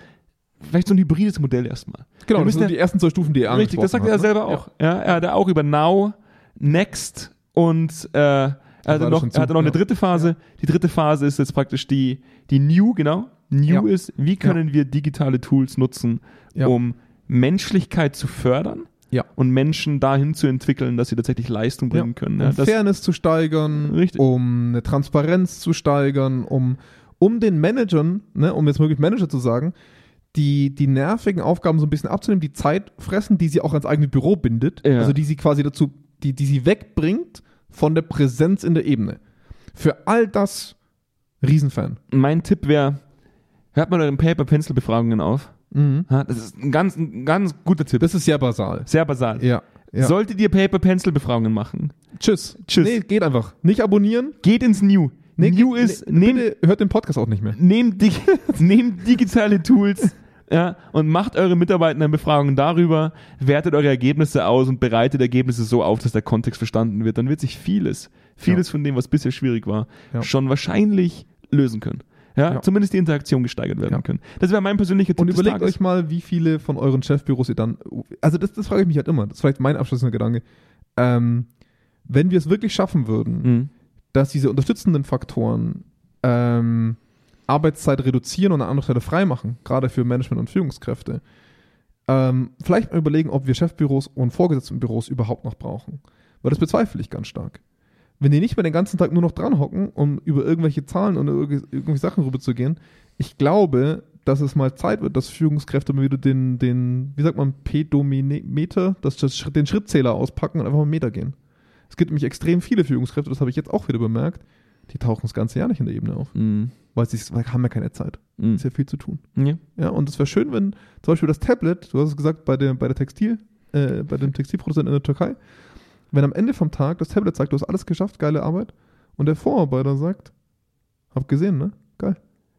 [SPEAKER 1] vielleicht so ein hybrides Modell erstmal.
[SPEAKER 2] Genau,
[SPEAKER 1] Wir
[SPEAKER 2] das
[SPEAKER 1] müssen
[SPEAKER 2] sind
[SPEAKER 1] ja-
[SPEAKER 2] die ersten zwei Stufen, die er
[SPEAKER 1] Richtig, das sagt
[SPEAKER 2] angesprochen
[SPEAKER 1] er
[SPEAKER 2] hat, ne?
[SPEAKER 1] selber auch. Ja. er hat auch über Now, Next und äh, er hatte
[SPEAKER 2] alles
[SPEAKER 1] noch,
[SPEAKER 2] schon
[SPEAKER 1] er hatte
[SPEAKER 2] zu,
[SPEAKER 1] noch eine
[SPEAKER 2] ja.
[SPEAKER 1] dritte Phase. Die dritte Phase ist jetzt praktisch die, die New, genau. New
[SPEAKER 2] Ja.
[SPEAKER 1] ist, wie können wir digitale Tools nutzen,
[SPEAKER 2] Ja.
[SPEAKER 1] um Menschlichkeit zu fördern
[SPEAKER 2] Ja.
[SPEAKER 1] und Menschen dahin zu entwickeln, dass sie tatsächlich Leistung bringen können. Ja,
[SPEAKER 2] Um
[SPEAKER 1] das,
[SPEAKER 2] Fairness zu steigern,
[SPEAKER 1] Richtig.
[SPEAKER 2] um eine Transparenz zu steigern, um, um den Managern, ne, um jetzt wirklich Manager zu sagen, die, die nervigen Aufgaben so ein bisschen abzunehmen, die Zeit fressen, die sie auch ans eigene Büro bindet,
[SPEAKER 1] Ja.
[SPEAKER 2] also die sie quasi dazu, die, die sie wegbringt von der Präsenz in der Ebene. Für all das Riesenfan.
[SPEAKER 1] mein Tipp wäre, hört mal euren Paper-Pencil-Befragungen auf. Ja, das ist ein ganz, ein ganz guter Tipp.
[SPEAKER 2] Das ist sehr basal.
[SPEAKER 1] Sehr basal.
[SPEAKER 2] Ja. ja.
[SPEAKER 1] Solltet ihr Paper-Pencil-Befragungen machen,
[SPEAKER 2] tschüss.
[SPEAKER 1] Tschüss.
[SPEAKER 2] Nee, geht einfach. Nicht abonnieren.
[SPEAKER 1] geht ins New.
[SPEAKER 2] Nee,
[SPEAKER 1] New
[SPEAKER 2] geht-
[SPEAKER 1] ist,
[SPEAKER 2] nee,
[SPEAKER 1] nehmt,
[SPEAKER 2] bitte hört den Podcast auch nicht mehr.
[SPEAKER 1] nehmt, dig <laughs> nehmt digitale
[SPEAKER 2] <laughs>
[SPEAKER 1] Tools ja, und macht eure Mitarbeitenden Befragungen darüber, wertet eure Ergebnisse aus und bereitet Ergebnisse so auf, dass der Kontext verstanden wird. Dann wird sich vieles, vieles von dem, was bisher schwierig war,
[SPEAKER 2] Ja.
[SPEAKER 1] schon wahrscheinlich lösen können. Ja,
[SPEAKER 2] Ja.
[SPEAKER 1] zumindest die Interaktion gesteigert werden
[SPEAKER 2] Ja.
[SPEAKER 1] können. Das wäre mein persönlicher Tipp
[SPEAKER 2] Und
[SPEAKER 1] des
[SPEAKER 2] überlegt
[SPEAKER 1] Tages.
[SPEAKER 2] euch mal, wie viele von euren Chefbüros ihr dann. Also, das, das frage ich mich halt immer. Das ist vielleicht mein abschließender Gedanke. Ähm, wenn wir es wirklich schaffen würden,
[SPEAKER 1] Mhm.
[SPEAKER 2] dass diese unterstützenden Faktoren ähm, Arbeitszeit reduzieren und an anderer Stelle freimachen, gerade für Management und Führungskräfte, ähm, vielleicht mal überlegen, ob wir Chefbüros und Vorgesetztenbüros überhaupt noch brauchen. Weil das bezweifle ich ganz stark. Wenn die nicht mehr den ganzen Tag nur noch dran hocken, um über irgendwelche Zahlen und irg- irgendwelche Sachen rüberzugehen, ich glaube, dass es mal Zeit wird, dass Führungskräfte mal wieder den, den wie sagt man, Pedometer, dass das, Schritt- den Schrittzähler auspacken und einfach mal einen Meter gehen. Es gibt nämlich extrem viele Führungskräfte, das habe ich jetzt auch wieder bemerkt, die tauchen das ganze Jahr nicht in der Ebene auf,
[SPEAKER 1] Mhm.
[SPEAKER 2] weil sie weil haben ja keine Zeit.
[SPEAKER 1] Mhm.
[SPEAKER 2] Ist ja viel zu tun.
[SPEAKER 1] Ja.
[SPEAKER 2] Ja, und es wäre schön, wenn zum Beispiel das Tablet, du hast es gesagt, bei dem, bei der Textil, äh, bei dem Textilproduzenten in der Türkei, wenn am Ende vom Tag das Tablet sagt, du hast alles geschafft, geile Arbeit, und der Vorarbeiter sagt, hab gesehen, ne? Geil,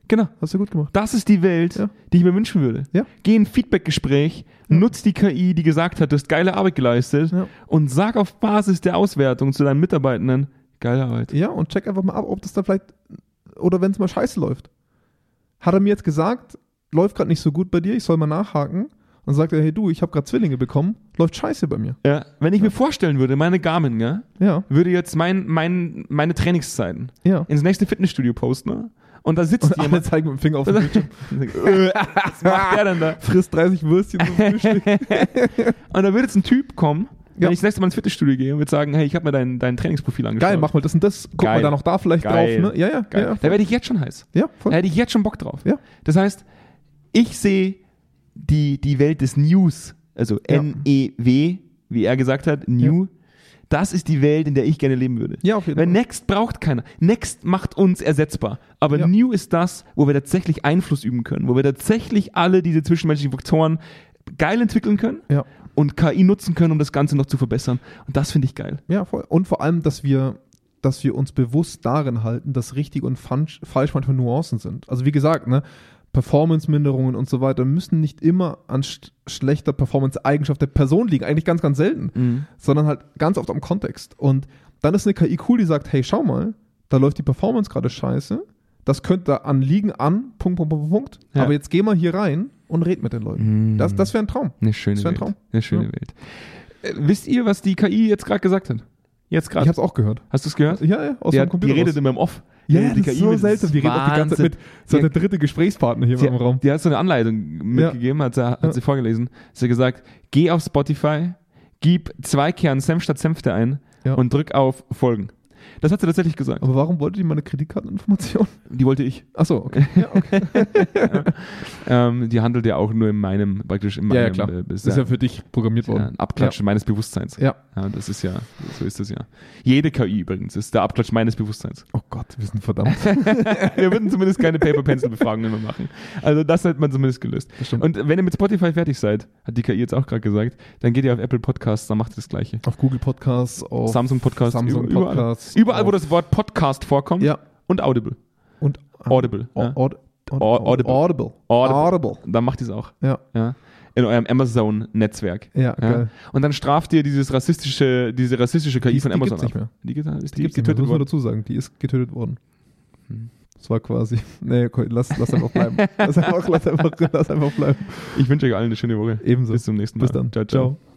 [SPEAKER 1] Genau.
[SPEAKER 2] hast du gut gemacht.
[SPEAKER 1] Das ist die Welt,
[SPEAKER 2] Ja.
[SPEAKER 1] die ich mir wünschen würde.
[SPEAKER 2] Ja.
[SPEAKER 1] Geh in ein Feedbackgespräch, nutz die KI, die gesagt hat, du hast geile Arbeit geleistet
[SPEAKER 2] Ja.
[SPEAKER 1] und sag auf Basis der Auswertung zu deinen Mitarbeitenden, geile Arbeit.
[SPEAKER 2] Ja, und check einfach mal ab, ob das da vielleicht, oder wenn es mal scheiße läuft. Hat er mir jetzt gesagt, läuft gerade nicht so gut bei dir, ich soll mal nachhaken. Und sagt er, hey du, ich habe gerade Zwillinge bekommen, läuft scheiße bei mir.
[SPEAKER 1] Ja. Wenn ich mir vorstellen würde, meine Garmin, ja,
[SPEAKER 2] Ja,
[SPEAKER 1] würde jetzt mein, mein, meine Trainingszeiten
[SPEAKER 2] ja.
[SPEAKER 1] ins nächste Fitnessstudio posten ne? und da sitzt
[SPEAKER 2] Und alle
[SPEAKER 1] jemand.
[SPEAKER 2] zeigen mit dem Finger auf den Bildschirm,
[SPEAKER 1] <laughs> Was macht der denn da?
[SPEAKER 2] <laughs> frisst 30 Würstchen <laughs> zum Frühstück.
[SPEAKER 1] Und da würde jetzt ein Typ kommen,
[SPEAKER 2] Ja.
[SPEAKER 1] wenn ich das nächste Mal ins Fitnessstudio gehe und würde sagen, hey, ich habe mir dein, dein Trainingsprofil angeschaut.
[SPEAKER 2] Geil, mach mal das und das, guck
[SPEAKER 1] Geil.
[SPEAKER 2] mal da noch da vielleicht
[SPEAKER 1] Geil.
[SPEAKER 2] drauf. Ne? Ja, ja,
[SPEAKER 1] Geil.
[SPEAKER 2] ja,
[SPEAKER 1] Da werde ich jetzt schon heiß.
[SPEAKER 2] ja, voll.
[SPEAKER 1] Da hätte ich jetzt schon Bock drauf.
[SPEAKER 2] Ja.
[SPEAKER 1] Das heißt, ich sehe die, die Welt des News, also
[SPEAKER 2] Ja.
[SPEAKER 1] N-E-W, wie er gesagt hat, New. Das ist die Welt, in der ich gerne leben würde.
[SPEAKER 2] Ja, auf jeden
[SPEAKER 1] Weil
[SPEAKER 2] Fall.
[SPEAKER 1] Next braucht keiner. Next macht uns ersetzbar. Aber
[SPEAKER 2] Ja.
[SPEAKER 1] New ist das, wo wir tatsächlich Einfluss üben können, wo wir tatsächlich alle diese zwischenmenschlichen Faktoren geil entwickeln können
[SPEAKER 2] Ja.
[SPEAKER 1] und KI nutzen können, um das Ganze noch zu verbessern. Und das finde ich geil.
[SPEAKER 2] Ja, voll. Und vor allem, dass wir, dass wir uns bewusst darin halten, dass richtig und falsch, falsch manchmal Nuancen sind. Also wie gesagt, ne, Performance-Minderungen und so weiter müssen nicht immer an sch schlechter Performance-Eigenschaft der Person liegen. Eigentlich ganz, ganz selten.
[SPEAKER 1] Mhm.
[SPEAKER 2] Sondern halt ganz oft am Kontext. Und dann ist eine KI cool, die sagt, hey, schau mal, da läuft die Performance gerade scheiße. Das könnte da anliegen an, Punkt, Punkt, Punkt, Punkt.
[SPEAKER 1] Ja. Mhm.
[SPEAKER 2] Aber jetzt geh mal hier rein und red mit den Leuten. Das, das wäre ein Traum.
[SPEAKER 1] Eine schöne
[SPEAKER 2] Das wär ein
[SPEAKER 1] Welt.
[SPEAKER 2] Traum.
[SPEAKER 1] Eine schöne Welt. Äh, wisst ihr, was die KI jetzt gerade gesagt hat? Jetzt
[SPEAKER 2] Ich
[SPEAKER 1] gerade.
[SPEAKER 2] hab's auch gehört.
[SPEAKER 1] Hast du es gehört?
[SPEAKER 2] Ja, ja, aus
[SPEAKER 1] die,
[SPEAKER 2] meinem
[SPEAKER 1] hat, die
[SPEAKER 2] raus.
[SPEAKER 1] redet immer im Off.
[SPEAKER 2] Ja,
[SPEAKER 1] Äh,
[SPEAKER 2] das ist so
[SPEAKER 1] das
[SPEAKER 2] selten.
[SPEAKER 1] ist
[SPEAKER 2] Wir reden auch die ganze Zeit mit.
[SPEAKER 1] Wahnsinn.
[SPEAKER 2] So der dritte Gesprächspartner hier
[SPEAKER 1] Die,
[SPEAKER 2] im Raum.
[SPEAKER 1] die hat so eine Anleitung mitgegeben, hat, sie, hat
[SPEAKER 2] Ja.
[SPEAKER 1] sie vorgelesen. Sie hat gesagt, geh auf Spotify, gib zwei Kern Senf statt Senfte ein
[SPEAKER 2] Ja.
[SPEAKER 1] und drück auf Folgen. Das hat sie tatsächlich gesagt.
[SPEAKER 2] Aber warum wollte die meine Kreditkarteninformation?
[SPEAKER 1] Die wollte ich.
[SPEAKER 2] Achso, okay. Ja, okay.
[SPEAKER 1] Ähm, die handelt ja auch nur in meinem, praktisch in meinem.
[SPEAKER 2] ja, ja, klar.
[SPEAKER 1] äh,
[SPEAKER 2] Das
[SPEAKER 1] ist
[SPEAKER 2] ist
[SPEAKER 1] ja,
[SPEAKER 2] ja für dich programmiert
[SPEAKER 1] ja,
[SPEAKER 2] worden.
[SPEAKER 1] ein Abklatsch meines Bewusstseins.
[SPEAKER 2] Ja.
[SPEAKER 1] Ja, das ist ja, so ist das ja. Jede KI übrigens ist der Abklatsch meines Bewusstseins.
[SPEAKER 2] Oh Gott, wir
[SPEAKER 1] <laughs>
[SPEAKER 2] sind verdammt.
[SPEAKER 1] Wir würden zumindest keine Paper-Pencil-Befragungen mehr machen. Also das hätte man zumindest gelöst.
[SPEAKER 2] stimmt.
[SPEAKER 1] Und wenn ihr mit Spotify fertig seid, hat die KI jetzt auch gerade gesagt, dann geht ihr auf Apple Podcasts, dann macht ihr das Gleiche.
[SPEAKER 2] Auf Google Podcasts, auf
[SPEAKER 1] Samsung Podcasts,
[SPEAKER 2] Oh, Samsung
[SPEAKER 1] über- überall.
[SPEAKER 2] Podcasts.
[SPEAKER 1] Überall, wo
[SPEAKER 2] auf-
[SPEAKER 1] das Wort Podcast vorkommt
[SPEAKER 2] Ja.
[SPEAKER 1] und Audible.
[SPEAKER 2] Und
[SPEAKER 1] Audible.
[SPEAKER 2] Au-
[SPEAKER 1] Ja.
[SPEAKER 2] Aud- Aud-
[SPEAKER 1] Au- Audible.
[SPEAKER 2] Audible.
[SPEAKER 1] Audible.
[SPEAKER 2] Audible.
[SPEAKER 1] Dann macht ihr es auch.
[SPEAKER 2] Ja.
[SPEAKER 1] Ja. In eurem Amazon-Netzwerk.
[SPEAKER 2] Ja, geil.
[SPEAKER 1] Und dann straft ihr dieses rassistische, diese rassistische KI
[SPEAKER 2] Die-
[SPEAKER 1] von
[SPEAKER 2] die
[SPEAKER 1] Amazon
[SPEAKER 2] gibt's nicht mehr.
[SPEAKER 1] Die, geht- ist
[SPEAKER 2] Die
[SPEAKER 1] die,
[SPEAKER 2] gibt's nicht mehr, das
[SPEAKER 1] getötet
[SPEAKER 2] muss man
[SPEAKER 1] worden. Hm.
[SPEAKER 2] dazu sagen. Die ist getötet worden. Das war quasi. <laughs> Nee, komm, lass, lass
[SPEAKER 1] <laughs>
[SPEAKER 2] einfach bleiben. lass, einfach, lass, einfach, lass einfach bleiben.
[SPEAKER 1] Ich wünsche euch allen eine schöne Woche.
[SPEAKER 2] Ebenso.
[SPEAKER 1] Bis zum nächsten Mal.
[SPEAKER 2] Bis dann.
[SPEAKER 1] Ciao, ciao.
[SPEAKER 2] ciao.